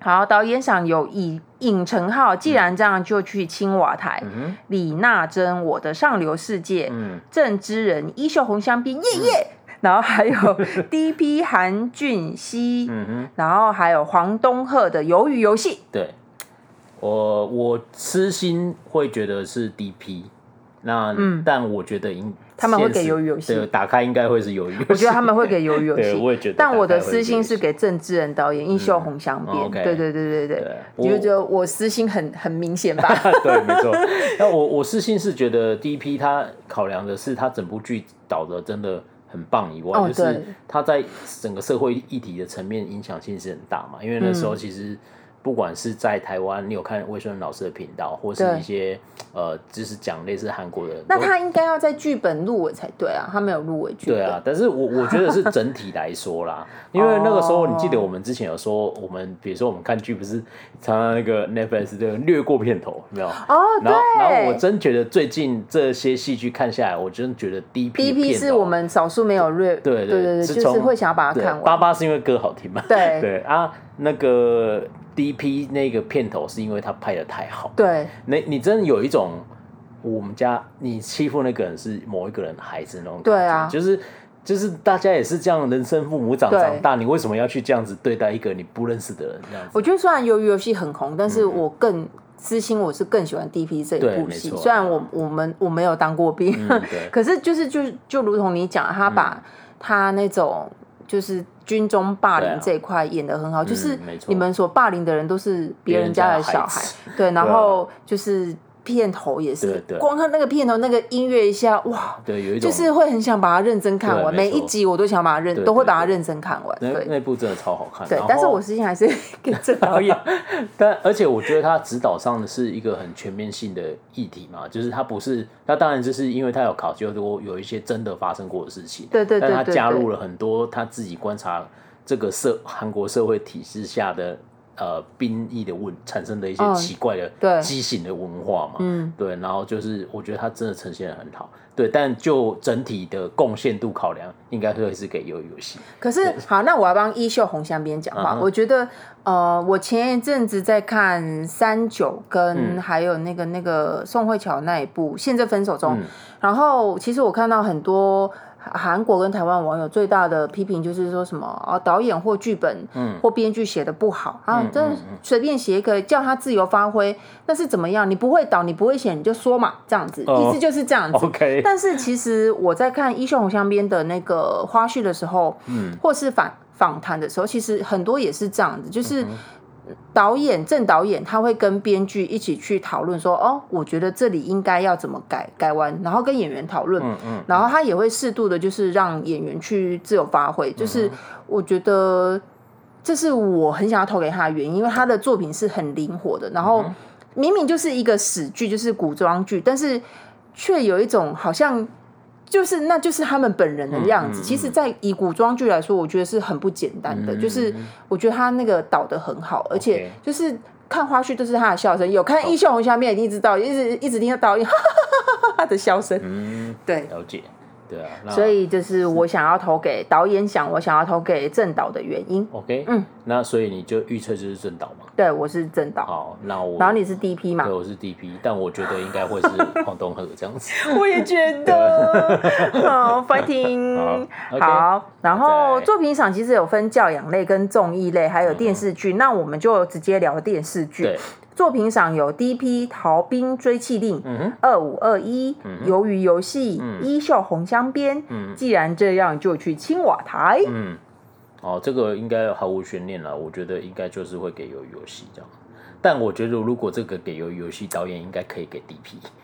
[SPEAKER 1] 好，导演赏有尹尹成浩，既然这样就去青瓦台。
[SPEAKER 2] 嗯
[SPEAKER 1] 李娜珍，我的上流世界，
[SPEAKER 2] 嗯，
[SPEAKER 1] 郑之人，衣袖红香槟，耶耶。然后还有
[SPEAKER 2] *laughs*
[SPEAKER 1] D.P. 韩俊熙，
[SPEAKER 2] 嗯哼，
[SPEAKER 1] 然后还有黄东赫的《鱿鱼游戏
[SPEAKER 2] 对，我我私心会觉得是 DP，那、但我觉得应
[SPEAKER 1] 嗯他们会给
[SPEAKER 2] 现实
[SPEAKER 1] 鱿鱼游戏
[SPEAKER 2] 对，打开应该会是鱿鱼游戏，》，
[SPEAKER 1] 我觉得他们会给《鱿鱼游戏
[SPEAKER 2] *laughs* 对》，我也觉得
[SPEAKER 1] *laughs* 但我的
[SPEAKER 2] 大概会是
[SPEAKER 1] 私心是给郑智仁导演《映秀红香边
[SPEAKER 2] 嗯》，OK
[SPEAKER 1] 对对对对对
[SPEAKER 2] 对，啊
[SPEAKER 1] 你就
[SPEAKER 2] 我
[SPEAKER 1] 觉得我私心很很明显
[SPEAKER 2] *laughs*
[SPEAKER 1] 吧？
[SPEAKER 2] 对，没错。那我我私信是觉得第一批他考量的是他整部剧导的真的很棒以外，
[SPEAKER 1] 哦
[SPEAKER 2] 就是
[SPEAKER 1] 对
[SPEAKER 2] 他在整个社会议题的层面影响性是很大嘛。因
[SPEAKER 1] 嗯
[SPEAKER 2] 为那时候其实不管是在台湾，你有看魏顺老师的频道，或是
[SPEAKER 1] 对
[SPEAKER 2] 一些呃，就是讲类似韩国的，
[SPEAKER 1] 那他应该要在剧本入围才对啊，他没有入围剧
[SPEAKER 2] 对
[SPEAKER 1] 本。
[SPEAKER 2] 啊，但是我我觉得是整体来
[SPEAKER 1] *laughs*
[SPEAKER 2] 说啦，因为那个时候你记得我
[SPEAKER 1] 哦
[SPEAKER 2] 们之前有说，我们比如说我们看剧不是常常那个 Netflix 的略过片头，有没有？
[SPEAKER 1] 哦，
[SPEAKER 2] 然后，然后我
[SPEAKER 1] 对
[SPEAKER 2] 真觉得最近这些戏剧看下来，我真觉得第一批
[SPEAKER 1] ，D.P. 是我们少数没有略，
[SPEAKER 2] 对
[SPEAKER 1] 对
[SPEAKER 2] 对
[SPEAKER 1] 对，就
[SPEAKER 2] 是
[SPEAKER 1] 是
[SPEAKER 2] 从
[SPEAKER 1] 会想要把它看
[SPEAKER 2] 八
[SPEAKER 1] 完。
[SPEAKER 2] 八是因为歌好听嘛？
[SPEAKER 1] 对
[SPEAKER 2] 对啊，那个第一批那个片头是因为他拍的太好。
[SPEAKER 1] 对，
[SPEAKER 2] 那你真的有一种我们家你欺负那个人是某一个人的孩子那种感觉，
[SPEAKER 1] 对啊
[SPEAKER 2] 就是。就是大家也是这样，人生父母长
[SPEAKER 1] 对
[SPEAKER 2] 长大，你为什么要去这样子对待一个你不认识的人？这样子，
[SPEAKER 1] 我觉得虽然《鱿鱼游戏》很红，但是我更私心我是更喜欢 D.P. 这
[SPEAKER 2] 嗯对
[SPEAKER 1] 一部
[SPEAKER 2] 没
[SPEAKER 1] 戏。
[SPEAKER 2] 错
[SPEAKER 1] 虽然我我们我没有当过兵， *laughs*
[SPEAKER 2] 嗯，对，嗯
[SPEAKER 1] 可是就是就就如同你讲，他把他那种就是军中霸
[SPEAKER 2] 对
[SPEAKER 1] 凌
[SPEAKER 2] 啊嗯
[SPEAKER 1] 这一块演得很好，就是
[SPEAKER 2] 没错
[SPEAKER 1] 你们所霸凌的人都是别人家的小孩，
[SPEAKER 2] *laughs*
[SPEAKER 1] 对，然
[SPEAKER 2] 对啊
[SPEAKER 1] 后就是片头也是
[SPEAKER 2] 对，对
[SPEAKER 1] 光看那个片头那个音乐一下，哇！
[SPEAKER 2] 对，有一种
[SPEAKER 1] 就是会很想把它认真看
[SPEAKER 2] 对
[SPEAKER 1] 完，
[SPEAKER 2] 没
[SPEAKER 1] 每
[SPEAKER 2] 错
[SPEAKER 1] 一集我都想把它认，
[SPEAKER 2] 对
[SPEAKER 1] 都会
[SPEAKER 2] 对
[SPEAKER 1] 把它
[SPEAKER 2] 对
[SPEAKER 1] 认真看完。
[SPEAKER 2] 那
[SPEAKER 1] 对
[SPEAKER 2] 那部真的超好看。
[SPEAKER 1] 对
[SPEAKER 2] 然，
[SPEAKER 1] 但是
[SPEAKER 2] 后
[SPEAKER 1] 我私心还是 *laughs* 给郑导演。
[SPEAKER 2] *laughs* 但而且我觉得他指导上的是一个很全面性的议题嘛，就是他不是，那当然就是因为他有考究过有一些真的发生过的事情，
[SPEAKER 1] 对对对
[SPEAKER 2] 但他
[SPEAKER 1] 对
[SPEAKER 2] 加
[SPEAKER 1] 对
[SPEAKER 2] 入了很多他自己观察这个社韩国社会体制下的呃兵役的问产生的一些
[SPEAKER 1] 嗯
[SPEAKER 2] 奇怪的、
[SPEAKER 1] 对
[SPEAKER 2] 畸形的文化嘛，
[SPEAKER 1] 嗯，
[SPEAKER 2] 对，然后就是我觉得他真的呈现的很好，对，但就整体的贡献度考量，应该会是给游游戏，
[SPEAKER 1] 可是好，那我要帮衣袖红香边讲话。
[SPEAKER 2] 嗯哼
[SPEAKER 1] 我觉得，呃，我前一阵子在看三九跟
[SPEAKER 2] 嗯
[SPEAKER 1] 还有那个那个宋慧乔那一部《现在分手中》
[SPEAKER 2] 嗯
[SPEAKER 1] 然后其实我看到很多韩国跟台湾网友最大的批评就是说什么啊，导演或剧本
[SPEAKER 2] 嗯
[SPEAKER 1] 或编剧写的不好、啊
[SPEAKER 2] 嗯，
[SPEAKER 1] 真的
[SPEAKER 2] 嗯嗯
[SPEAKER 1] 随便写一个叫他自由发挥，那是怎么样？你不会导，你不会写，你就说嘛，这样子，
[SPEAKER 2] 哦
[SPEAKER 1] 意思就是这样子。
[SPEAKER 2] ，OK，
[SPEAKER 1] 嗯但是其实我在看《衣袖红香边》的那个花絮的时候，嗯，或是访访谈的时候，其实很多也是这样子，就是导演正导演他会跟编剧一起去讨论说，哦，我觉得这里应该要怎么改改完，然后跟演员讨论，
[SPEAKER 2] 嗯嗯，
[SPEAKER 1] 然后他也会适度的，就是让演员去自由发
[SPEAKER 2] 嗯
[SPEAKER 1] 挥，就是我觉得这是我很想要投给他的原因，因为他的作品是很灵活的，然
[SPEAKER 2] 嗯
[SPEAKER 1] 后明明就是一个史剧，就是古装剧，但是却有一种好像。就是，那就是他们本人的样子。
[SPEAKER 2] 嗯嗯
[SPEAKER 1] 其实，在以古装剧来说，我觉得是很不简单的。
[SPEAKER 2] 嗯
[SPEAKER 1] 就是我觉得他那个导的很好，而且
[SPEAKER 2] OK
[SPEAKER 1] 就是看花絮都是他的笑声。有看《一袖红香》面，一定知道，一直一直听到导演哈哈哈哈哈哈的笑声。
[SPEAKER 2] 嗯，
[SPEAKER 1] 对，
[SPEAKER 2] 了解，对啊，那
[SPEAKER 1] 所以就是我想要投给导演想，我想要投给正导的原因。
[SPEAKER 2] OK，
[SPEAKER 1] 嗯，
[SPEAKER 2] 那所以你就预测就是正导嘛？
[SPEAKER 1] 对，我是正导，
[SPEAKER 2] 好，那我
[SPEAKER 1] 然后你是第一批嘛
[SPEAKER 2] 对，？我是 DP，但我觉得应该会是黄东赫这
[SPEAKER 1] *laughs*
[SPEAKER 2] 样子。
[SPEAKER 1] 我也觉得， *laughs*
[SPEAKER 2] *laughs*
[SPEAKER 1] 好，fighting，
[SPEAKER 2] 好，OK
[SPEAKER 1] 好。然
[SPEAKER 2] 再
[SPEAKER 1] 后
[SPEAKER 2] 来
[SPEAKER 1] 作品赏其实有分教养类跟综艺类，还有电视剧。那我们就直接聊电视剧
[SPEAKER 2] 嗯对。，
[SPEAKER 1] 作品赏有第一批《逃兵追缉令》
[SPEAKER 2] 嗯哼，
[SPEAKER 1] 二五二一、鱿鱼游戏、衣袖红香边。
[SPEAKER 2] 嗯
[SPEAKER 1] 既然这样，就去青瓦台。
[SPEAKER 2] 嗯，哦，这个应该毫无悬念了，我觉得应该就是会给游游戏这样。但我觉得如果这个给游游戏，导演应该可以给 DP。
[SPEAKER 1] *laughs*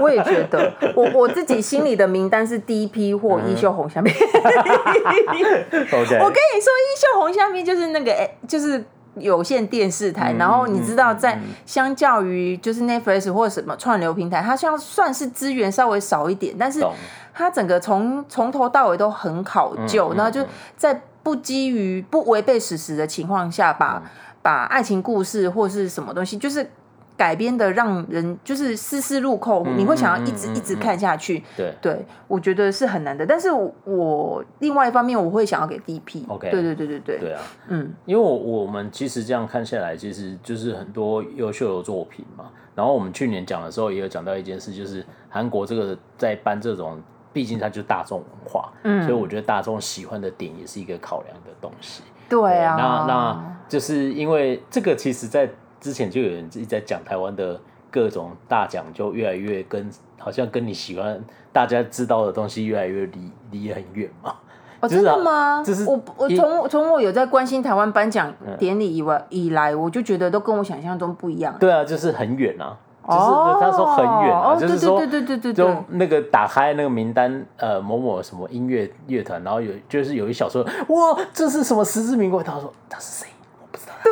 [SPEAKER 1] 我也觉得，我我自己心里的名单是第一批或衣袖红香边。
[SPEAKER 2] OK，
[SPEAKER 1] *laughs* 我跟你说，衣袖红香边就是那个，哎就是有线电视台，然后你知道在相较于就是 Netflix 或者什么串流平台，它像算是资源稍微少一点，但是
[SPEAKER 2] 懂
[SPEAKER 1] 它整个从从头到尾都很考究，
[SPEAKER 2] 嗯
[SPEAKER 1] 然后就在不基于不违背史实的情况下，把、
[SPEAKER 2] 嗯
[SPEAKER 1] 把爱情故事或是什么东西，就是改编的让人就是丝丝入扣，你会想要一直、
[SPEAKER 2] 嗯嗯
[SPEAKER 1] 一直看下去。
[SPEAKER 2] 对
[SPEAKER 1] 对，我觉得是很难的。但是我我另外一方面，我会想要给 DP。
[SPEAKER 2] OK
[SPEAKER 1] 对对对对对，
[SPEAKER 2] 对啊，
[SPEAKER 1] 嗯，
[SPEAKER 2] 因为我我们其实这样看下来，其实就是很多优秀的作品嘛。然后我们去年讲的时候也有讲到一件事，就是韩国这个在办这种，毕竟它就是大众文化，嗯，所以我觉得大众喜欢的点也是一个考量的东西。
[SPEAKER 1] 对啊。
[SPEAKER 2] 那那就是因为这个，其实在之前就有人一直在讲台湾的各种大奖，就越来越跟好像跟你喜欢大家知道的东西越来越离离很远嘛。
[SPEAKER 1] 哦，
[SPEAKER 2] 就是
[SPEAKER 1] 真
[SPEAKER 2] 啊
[SPEAKER 1] 的吗？
[SPEAKER 2] 就是
[SPEAKER 1] 我我
[SPEAKER 2] 一嗯
[SPEAKER 1] 从从我有在关心台湾颁奖典礼以外、以来，我就觉得都跟我想象中不一样。
[SPEAKER 2] 对啊，就是很远啊，就是
[SPEAKER 1] 哦
[SPEAKER 2] 他说很远啊，
[SPEAKER 1] 哦
[SPEAKER 2] 就是说
[SPEAKER 1] 对对对对对对
[SPEAKER 2] 就那个打开那个名单，呃，某某什么音乐乐团，然后有就是有一小说，哇，这是什么实至名归？他说他是谁？我不知道。对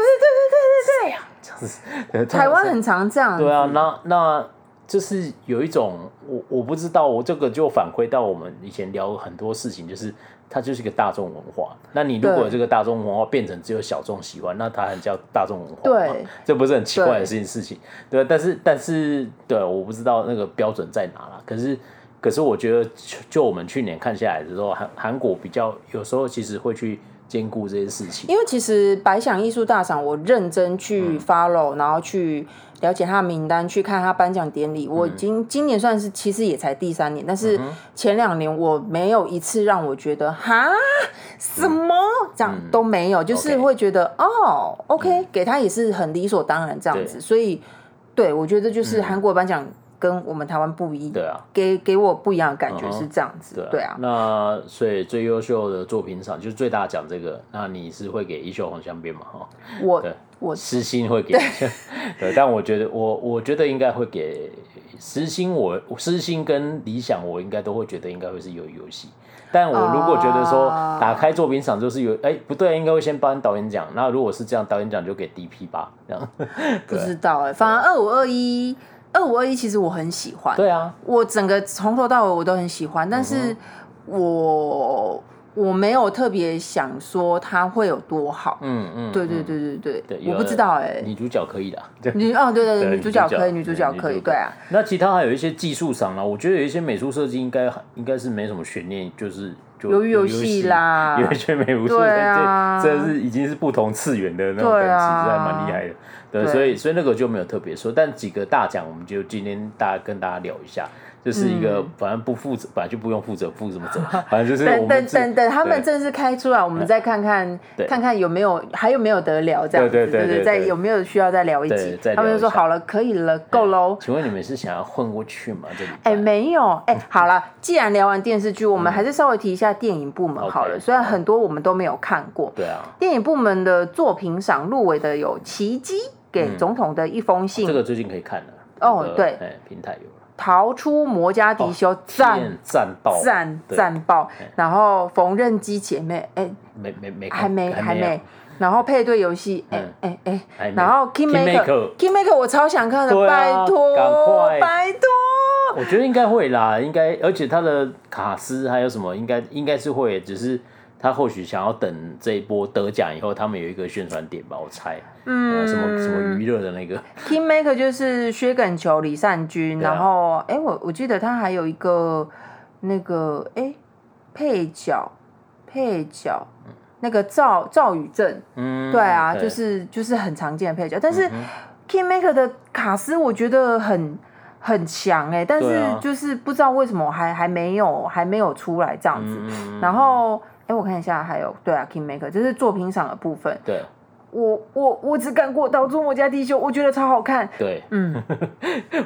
[SPEAKER 2] 对对对对对，这样就是
[SPEAKER 1] 台湾很常这样。
[SPEAKER 2] 对啊，那那就是有一种我我不知道，我这个就反馈到我们以前聊很多事情，就是它就是一个大众文化。那你如果
[SPEAKER 1] 对
[SPEAKER 2] 这个大众文化变成只有小众喜欢，那它还叫大众文化吗
[SPEAKER 1] 对？
[SPEAKER 2] 这不是很奇怪的事情事情？对，但是但是对，我不知道那个标准在哪啦。可是可是我觉得就，就我们去年看下来的时候，韩韩国比较有时候其实会去兼顾这些事情。
[SPEAKER 1] 因为其实百想艺术大赏，我认真去 follow，、然后去了解他的名单，去看他颁奖典礼。我已经今年算是其实也才第三年，但是前两年我没有一次让我觉得哈什么、这样都没有，就是
[SPEAKER 2] OK
[SPEAKER 1] 会觉得哦，OK，、给他也是很理所当然这样子。
[SPEAKER 2] 对
[SPEAKER 1] 所以，对我觉得就是韩国颁奖跟我们台湾不一，
[SPEAKER 2] 对啊，
[SPEAKER 1] 给给我不一样的感觉
[SPEAKER 2] 嗯哼
[SPEAKER 1] 是这样子。对啊，
[SPEAKER 2] 那所以最优秀的作品赏就是最大奖这个，那你是会给一秀红香边嘛？哈，
[SPEAKER 1] 我
[SPEAKER 2] 对
[SPEAKER 1] 我
[SPEAKER 2] 私心会给， *laughs* 对，但我觉得我我觉得应该会给私心我，私心跟理想我应该都会觉得应该会是有游戏。但我如果觉得说
[SPEAKER 1] 啊
[SPEAKER 2] 打开作品赏就是有，哎、不对，应该会先颁导演奖。那如果是这样，导演奖就给 DP 吧，这样。
[SPEAKER 1] 不知道哎、反而二五二一，二五二一其实我很喜欢，
[SPEAKER 2] 对嗯啊，
[SPEAKER 1] 我整个从头到尾我都很喜欢，但是我、我没有特别想说它会有多好。
[SPEAKER 2] 嗯嗯，
[SPEAKER 1] 对对对对
[SPEAKER 2] 对，
[SPEAKER 1] 对，
[SPEAKER 2] 有
[SPEAKER 1] 我不知道哎、
[SPEAKER 2] 女主角可以的啊，
[SPEAKER 1] 女哦对对对，
[SPEAKER 2] 对
[SPEAKER 1] 女主角可以，
[SPEAKER 2] 女
[SPEAKER 1] 女
[SPEAKER 2] 主
[SPEAKER 1] 主
[SPEAKER 2] 角
[SPEAKER 1] 角可
[SPEAKER 2] 女
[SPEAKER 1] 以，
[SPEAKER 2] 主角
[SPEAKER 1] 对啊，
[SPEAKER 2] 那其他还有一些技术上啦，我觉得有一些美术设计应该应该是没什么悬念，就是就
[SPEAKER 1] 鱿鱼游
[SPEAKER 2] 戏
[SPEAKER 1] 戏，啦，
[SPEAKER 2] 有一些美术设
[SPEAKER 1] 对
[SPEAKER 2] 计
[SPEAKER 1] 啊，
[SPEAKER 2] 这这是已经是不同次元的那种等级，
[SPEAKER 1] 对啊
[SPEAKER 2] 这还蛮厉害的。对，
[SPEAKER 1] 对
[SPEAKER 2] 所以所以那个就没有特别说，但几个大奖我们就今天大家跟大家聊一下，就是一
[SPEAKER 1] 嗯
[SPEAKER 2] 个反正不负责，本来就不用负责
[SPEAKER 1] *laughs*
[SPEAKER 2] 负什么责，反正就是我
[SPEAKER 1] 等
[SPEAKER 2] 们
[SPEAKER 1] 等
[SPEAKER 2] 自
[SPEAKER 1] 等等，他们
[SPEAKER 2] 对嗯
[SPEAKER 1] 正式开出来，我们再看看
[SPEAKER 2] 对
[SPEAKER 1] 看看有没有还有没有得聊这样子，
[SPEAKER 2] 对对对对
[SPEAKER 1] 对，
[SPEAKER 2] 对
[SPEAKER 1] 再有没有需要再聊一
[SPEAKER 2] 对
[SPEAKER 1] 集
[SPEAKER 2] 再？聊
[SPEAKER 1] 他们就说
[SPEAKER 2] 一下
[SPEAKER 1] 好了，可以了，够喽。
[SPEAKER 2] 请问你们是想要混过去吗？这里
[SPEAKER 1] 哎、没有，
[SPEAKER 2] 嗯
[SPEAKER 1] 哎、好了，既然聊完电视剧，我们还是稍微提一下电影部门好了。
[SPEAKER 2] OK，
[SPEAKER 1] 虽然很多我们都没有看过，
[SPEAKER 2] 对啊，
[SPEAKER 1] 电影部门的作品赏入围的有《奇迹》给总统的一封信，
[SPEAKER 2] 嗯这个最近可以看了
[SPEAKER 1] 哦
[SPEAKER 2] 那个
[SPEAKER 1] 对
[SPEAKER 2] 哎，平台有了，
[SPEAKER 1] 逃出摩加迪修》赞
[SPEAKER 2] 赞赞爆
[SPEAKER 1] 赞
[SPEAKER 2] 哦对哎
[SPEAKER 1] 赞爆，然后《缝纫机姐妹》哎、
[SPEAKER 2] 没没没看，
[SPEAKER 1] 还没
[SPEAKER 2] 还
[SPEAKER 1] 还
[SPEAKER 2] 有
[SPEAKER 1] 没，然后配对游戏哎
[SPEAKER 2] 嗯
[SPEAKER 1] 哎哎
[SPEAKER 2] 还，没
[SPEAKER 1] 然后
[SPEAKER 2] Kingmaker
[SPEAKER 1] Kingmaker Kingmaker 我超想看的，
[SPEAKER 2] 对啊
[SPEAKER 1] 拜托
[SPEAKER 2] 赶快
[SPEAKER 1] 拜托。
[SPEAKER 2] 我觉得应该会啦，应该，而且他的卡斯还有什么，应该应该是会，只是他或许想要等这一波得奖以后，他们有一个宣传点吧，我猜，嗯，什么什么娱乐的那个，
[SPEAKER 1] Kingmaker 就是薛耿球、李善均，
[SPEAKER 2] 对啊
[SPEAKER 1] 然后哎、诶我我记得他还有一个那个哎、诶配角，配角那个赵赵宇正，
[SPEAKER 2] 嗯，
[SPEAKER 1] 对啊，就是就是很常见的配角。但是 Kingmaker 的卡斯我觉得很很强哎、诶但
[SPEAKER 2] 对
[SPEAKER 1] 是
[SPEAKER 2] 啊
[SPEAKER 1] 就是不知道为什么还还没有还没有出来这样子。
[SPEAKER 2] 嗯，
[SPEAKER 1] 然后哎、诶我看一下还有对啊，Kingmaker 这是作品赏的部分。
[SPEAKER 2] 对
[SPEAKER 1] 我我我只看过《岛中我家弟兄》，我觉得超好看。 *laughs*
[SPEAKER 2] 对，
[SPEAKER 1] 嗯，
[SPEAKER 2] *laughs*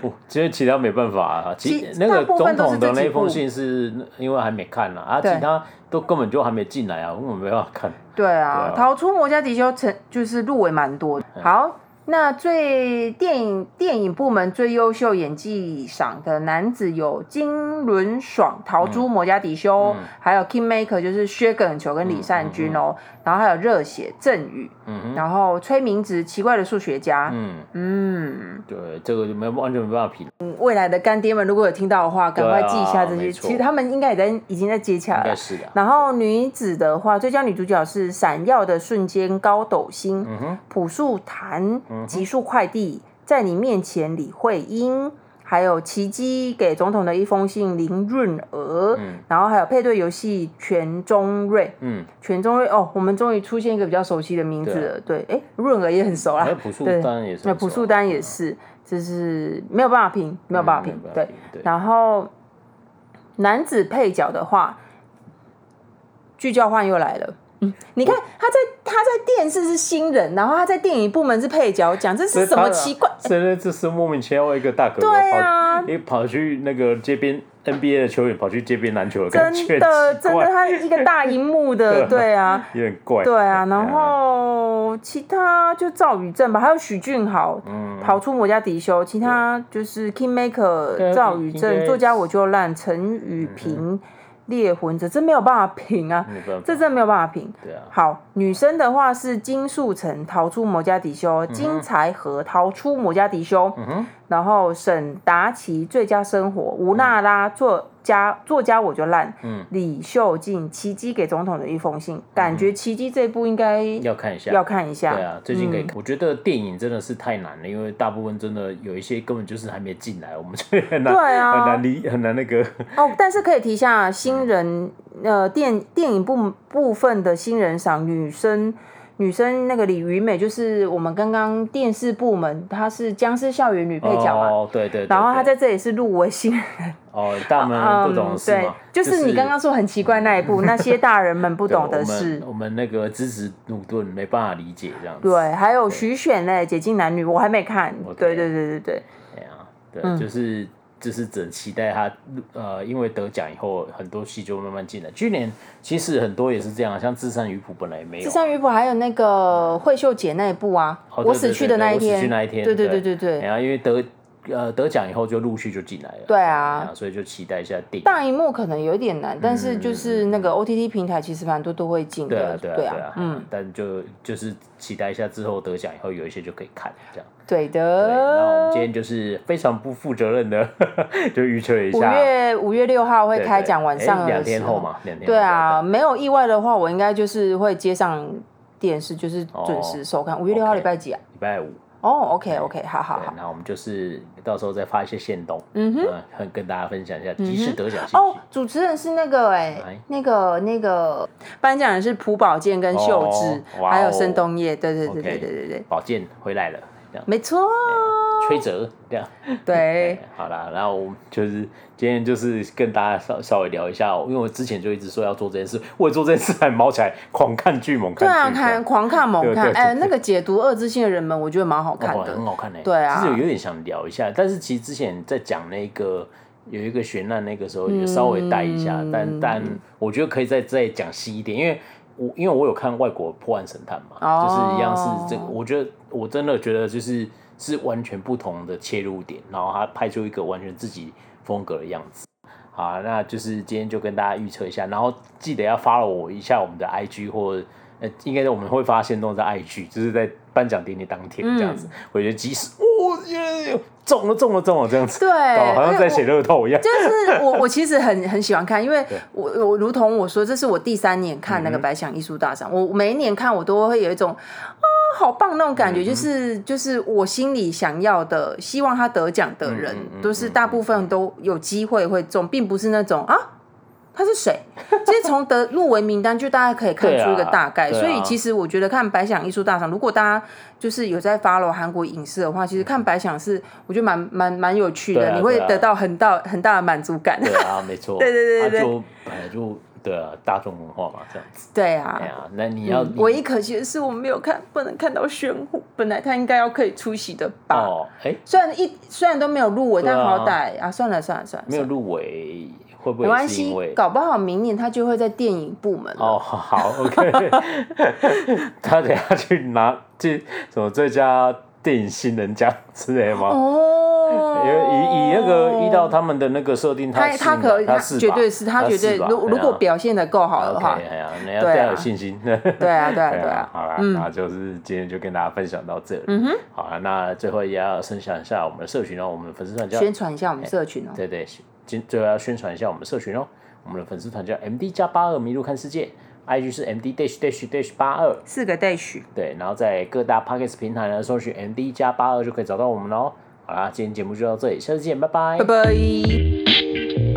[SPEAKER 2] 我觉得其他没办法啊，其
[SPEAKER 1] 其
[SPEAKER 2] 那个
[SPEAKER 1] 大部
[SPEAKER 2] 总
[SPEAKER 1] 分都
[SPEAKER 2] 统
[SPEAKER 1] 是
[SPEAKER 2] 的
[SPEAKER 1] 这
[SPEAKER 2] 那
[SPEAKER 1] 几部
[SPEAKER 2] 封信是因为还没看呢，啊，其
[SPEAKER 1] 对
[SPEAKER 2] 他都根本就还没进来啊，我没办法看，嗯
[SPEAKER 1] 对啊，
[SPEAKER 2] 对啊
[SPEAKER 1] 逃出摩加迪修成就是入围蛮多的。好，那最电影电影部门最优秀演技赏的男子有金伦爽、陶珠、摩加迪修，
[SPEAKER 2] 嗯
[SPEAKER 1] 还有 King Maker 就是薛耿球跟李善均哦，然后还有热血郑宇，
[SPEAKER 2] 嗯哼
[SPEAKER 1] 然后崔明植奇怪的数学家，
[SPEAKER 2] 嗯，
[SPEAKER 1] 嗯
[SPEAKER 2] 对，这个就没有完全没办法评，应
[SPEAKER 1] 嗯未来的干爹们如果有听到的话，赶快记一下这
[SPEAKER 2] 对啊
[SPEAKER 1] 些，
[SPEAKER 2] 没错
[SPEAKER 1] 其实他们应该也在已经在接洽了
[SPEAKER 2] 该
[SPEAKER 1] 啦。
[SPEAKER 2] 是的。
[SPEAKER 1] 然后女子的话，最佳女主角是《闪耀的瞬间》高斗星，
[SPEAKER 2] 嗯哼，
[SPEAKER 1] 朴树谈、极速快递、在你面前李慧英，还有奇迹给总统的一封信林润娥，
[SPEAKER 2] 嗯
[SPEAKER 1] 然后还有配对游戏全中瑞，
[SPEAKER 2] 嗯，
[SPEAKER 1] 全中瑞哦，我们终于出现一个比较熟悉的名字了，对，哎，润娥也很熟啦
[SPEAKER 2] 还有，啊哎朴树
[SPEAKER 1] 对
[SPEAKER 2] 当然也是
[SPEAKER 1] 那
[SPEAKER 2] 很
[SPEAKER 1] 朴
[SPEAKER 2] 熟
[SPEAKER 1] 树
[SPEAKER 2] 啊
[SPEAKER 1] 丹也是，就是没有办法评，没有办法评
[SPEAKER 2] 嗯没，有办
[SPEAKER 1] 对
[SPEAKER 2] 法，评对
[SPEAKER 1] 然后男子配角的话，剧交换又来了。嗯，你看他在他在电视是新人，然后他在电影部门是配角，讲这
[SPEAKER 2] 这
[SPEAKER 1] 是什么奇怪？
[SPEAKER 2] 真的这是莫名其妙一个大哥，
[SPEAKER 1] 对啊
[SPEAKER 2] 跑，你跑去那个街边 NBA 的球员跑去街边篮球的感觉，
[SPEAKER 1] 真的
[SPEAKER 2] 奇
[SPEAKER 1] 真的，
[SPEAKER 2] 怪
[SPEAKER 1] 他一个大荧幕
[SPEAKER 2] *laughs*
[SPEAKER 1] 的，对啊。
[SPEAKER 2] 有点怪。
[SPEAKER 1] 对
[SPEAKER 2] *laughs*
[SPEAKER 1] 啊，然后其他就赵宇正吧，还有许俊豪，
[SPEAKER 2] 嗯
[SPEAKER 1] 跑出摩加迪修，其他就是 Kingmaker、
[SPEAKER 2] 对
[SPEAKER 1] 赵宇
[SPEAKER 2] 应
[SPEAKER 1] 正、
[SPEAKER 2] 该
[SPEAKER 1] 作家我就烂、陈
[SPEAKER 2] 嗯
[SPEAKER 1] 宇平、猎魂者，这没有办法评啊，
[SPEAKER 2] 没办法
[SPEAKER 1] 这真的没有办法评。
[SPEAKER 2] 对啊，
[SPEAKER 1] 好，女生的话是金素成逃出摩加迪修，金财和逃出摩加迪修，
[SPEAKER 2] 嗯哼
[SPEAKER 1] 然后沈达奇最佳生活，吴娜拉作家作家我就烂，
[SPEAKER 2] 嗯
[SPEAKER 1] 李秀静奇迹给总统的一封信，感觉奇迹这部应该
[SPEAKER 2] 要看一下，
[SPEAKER 1] 要看一下，
[SPEAKER 2] 对啊，最近可以
[SPEAKER 1] 嗯
[SPEAKER 2] 看。我觉得电影真的是太难了，因为大部分真的有一些根本就是还没进来，我们就很难
[SPEAKER 1] 对啊
[SPEAKER 2] 很难理很难呃那个。
[SPEAKER 1] 哦，但是可以提一下新人，呃，电电影部部分的新人赏，女生女生那个李瑜美，就是我们刚刚电视部门，她是僵尸校园女配角嘛。
[SPEAKER 2] 哦，对对对。
[SPEAKER 1] 然后她
[SPEAKER 2] 对
[SPEAKER 1] 在这里是入围新人，
[SPEAKER 2] 哦，大门不懂事
[SPEAKER 1] 对
[SPEAKER 2] 嘛，，
[SPEAKER 1] 就是你刚刚说很奇怪那一部，那些大人们不
[SPEAKER 2] 对
[SPEAKER 1] 懂的
[SPEAKER 2] 我们
[SPEAKER 1] 事，
[SPEAKER 2] 我们那个支持努顿没办法理解这样子。
[SPEAKER 1] 对，还有徐选嘞，《解禁男女》，我还没看，
[SPEAKER 2] OK
[SPEAKER 1] 对对对对对，
[SPEAKER 2] 对啊，对，
[SPEAKER 1] 嗯
[SPEAKER 2] 就是就是只能期待他呃，因为得奖以后，很多戏就慢慢进来。去年其实很多也是这样，像《智山鱼谱》本来也没有
[SPEAKER 1] 《智，山鱼谱》还有那个惠秀姐那一部啊，
[SPEAKER 2] 哦对
[SPEAKER 1] 我
[SPEAKER 2] 对
[SPEAKER 1] 死
[SPEAKER 2] 对
[SPEAKER 1] 去
[SPEAKER 2] 对
[SPEAKER 1] 的那一
[SPEAKER 2] 我
[SPEAKER 1] 天，
[SPEAKER 2] 死去那一天，
[SPEAKER 1] 对对
[SPEAKER 2] 对
[SPEAKER 1] 对对对，
[SPEAKER 2] 然后哎因为得呃得奖以后就陆续就进来了，
[SPEAKER 1] 对啊
[SPEAKER 2] 这样所以就期待一下电影。
[SPEAKER 1] 大荧幕可能有一点难，但是就是那个 OTT 平台其实蛮多都会进
[SPEAKER 2] 对
[SPEAKER 1] 的，，
[SPEAKER 2] 啊嗯对啊，
[SPEAKER 1] 对
[SPEAKER 2] 对啊，嗯，但就就是期待一下之后得奖以后有一些就可以看这样。
[SPEAKER 1] 对
[SPEAKER 2] 对，那我们
[SPEAKER 1] 的
[SPEAKER 2] 今。天就是非常不负责任的， *laughs* 就愚蠢一
[SPEAKER 1] 五
[SPEAKER 2] 下。
[SPEAKER 1] 月五月六号会
[SPEAKER 2] 对
[SPEAKER 1] 开
[SPEAKER 2] 对
[SPEAKER 1] 讲，晚
[SPEAKER 2] 哎
[SPEAKER 1] 上的
[SPEAKER 2] 两天
[SPEAKER 1] 时
[SPEAKER 2] 后
[SPEAKER 1] 候
[SPEAKER 2] 嘛，两天后
[SPEAKER 1] 对啊，，没有意外的话，我应该就是会接上电视，就是准
[SPEAKER 2] 哦
[SPEAKER 1] 时收看。五月六号
[SPEAKER 2] OK
[SPEAKER 1] 礼拜几啊？
[SPEAKER 2] 礼拜五。
[SPEAKER 1] 哦，OK OK，好好
[SPEAKER 2] 对
[SPEAKER 1] 好，。
[SPEAKER 2] 那我们就是到时候再发一些线动，
[SPEAKER 1] 嗯哼。
[SPEAKER 2] 嗯，很跟大家分享一下即时得奖信
[SPEAKER 1] 哦
[SPEAKER 2] 息。，
[SPEAKER 1] 主持人是那个哎、
[SPEAKER 2] 哎
[SPEAKER 1] 那个那个颁奖人是朴宝剑跟秀智，
[SPEAKER 2] 哦哇哦
[SPEAKER 1] 还有申东烨，对对对
[SPEAKER 2] OK
[SPEAKER 1] 对对对对，
[SPEAKER 2] 宝剑回来了，这样
[SPEAKER 1] 没错，哦
[SPEAKER 2] 吹折这样。
[SPEAKER 1] 对，
[SPEAKER 2] 好啦，然后我们就是今天就是跟大家稍稍微聊一下哦，因为我之前就一直说要做这件事，为了做这件事还毛起来狂看剧猛
[SPEAKER 1] 对啊，
[SPEAKER 2] 看剧，这
[SPEAKER 1] 看
[SPEAKER 2] 样
[SPEAKER 1] 狂看猛
[SPEAKER 2] 对
[SPEAKER 1] 看，
[SPEAKER 2] 对对
[SPEAKER 1] 哎、那个解读二之性的人们，我觉得蛮好看
[SPEAKER 2] 哦，
[SPEAKER 1] 的。
[SPEAKER 2] 很好看呢、
[SPEAKER 1] 对啊
[SPEAKER 2] 其实有有点想聊一下，但是其实之前在讲那个有一个悬案那个时候
[SPEAKER 1] 嗯
[SPEAKER 2] 也稍微带一下，但但我觉得可以再再讲细一点，因为我因为我有看外国破案神探嘛，
[SPEAKER 1] 哦
[SPEAKER 2] 就是一样是这个，我觉得我真的觉得就是是完全不同的切入点，然后他拍出一个完全自己风格的样子。好啊，那就是今天就跟大家预测一下，然后记得要 follow 我一下我们的 IG 或呃，应该是我们会发现都在 IG，就是在颁奖典礼当天这样子。我觉得即使哦，耶中了中了中了这样子，
[SPEAKER 1] 对
[SPEAKER 2] 搞得好像在写乐透一样。
[SPEAKER 1] 就是
[SPEAKER 2] *laughs*
[SPEAKER 1] 我，我其实很很喜欢看，因为我我如同我说，这是我第三年看
[SPEAKER 2] 嗯
[SPEAKER 1] 那个百想艺术大赏，我每一年看我都会有一种啊好棒那种
[SPEAKER 2] 嗯
[SPEAKER 1] 感觉，就是就是我心里想要的，希望他得奖的人
[SPEAKER 2] 嗯嗯嗯，
[SPEAKER 1] 都是大部分都有机会会中，并不是那种啊。他是
[SPEAKER 2] *laughs*
[SPEAKER 1] 谁？其实从得入围名单就大家可以看出一个大概，
[SPEAKER 2] 对啊
[SPEAKER 1] 所
[SPEAKER 2] 对啊
[SPEAKER 1] 以其实我觉得看百想艺术大赏，如果大家就是有在 follow 韩国影视的话，其实看百想是我觉得蛮蛮蛮有趣
[SPEAKER 2] 对
[SPEAKER 1] 的，
[SPEAKER 2] 啊
[SPEAKER 1] 你会
[SPEAKER 2] 对啊
[SPEAKER 1] 得到很大很大的满足感。
[SPEAKER 2] 对啊，没错，
[SPEAKER 1] 对对对对
[SPEAKER 2] 他就本来就对啊，大众文化嘛，这样子。
[SPEAKER 1] *laughs* 对啊
[SPEAKER 2] 哎，呀，那你要
[SPEAKER 1] 嗯唯一可惜的是我没有看，不能看到玄虎，本来他应该要可以出席的吧。
[SPEAKER 2] 哦，哎，
[SPEAKER 1] 虽然一虽然都没有入围，
[SPEAKER 2] 对啊
[SPEAKER 1] 但好歹啊，算了算了算了，
[SPEAKER 2] 没
[SPEAKER 1] 算
[SPEAKER 2] 有
[SPEAKER 1] 了
[SPEAKER 2] 入围，会不
[SPEAKER 1] 没
[SPEAKER 2] 会
[SPEAKER 1] 关
[SPEAKER 2] 是因为
[SPEAKER 1] 系，？搞不好明年他就会在电影部门了。
[SPEAKER 2] 哦，好好，OK，他等下去拿去什么最佳电影新人奖之类吗？
[SPEAKER 1] 哦，
[SPEAKER 2] 因为以以那个依照他们的那个设定，
[SPEAKER 1] 他
[SPEAKER 2] 是
[SPEAKER 1] 他
[SPEAKER 2] 嘛
[SPEAKER 1] 可以，
[SPEAKER 2] 他
[SPEAKER 1] 他
[SPEAKER 2] 是
[SPEAKER 1] 绝
[SPEAKER 2] 吧
[SPEAKER 1] 对是他绝对，
[SPEAKER 2] 是吧
[SPEAKER 1] 如
[SPEAKER 2] 对
[SPEAKER 1] 如
[SPEAKER 2] 啊
[SPEAKER 1] 果表现的够好的
[SPEAKER 2] OK，
[SPEAKER 1] 话，
[SPEAKER 2] 哎呀，你要
[SPEAKER 1] 对啊
[SPEAKER 2] 对他有信心。对
[SPEAKER 1] 对啊对啊对啊，，
[SPEAKER 2] 啊好啦，那就是今天就跟大家分享到这里。嗯哼，好了，那最后也要分享一下我们的社群哦，我们的粉丝团叫
[SPEAKER 1] 宣传一下我们社群哦，
[SPEAKER 2] 对对，今最后要宣传一下我们社群哦，我们的粉丝团叫 MD 加八二迷路看世界，IG 是 MD dash dash dash 八二，
[SPEAKER 1] 四个 dash，
[SPEAKER 2] 对，然后在各大 Pockets 平台呢搜寻 MD 加八二就可以找到我们哦。好啦，今天节目就到这里，下次见，拜拜
[SPEAKER 1] 拜拜。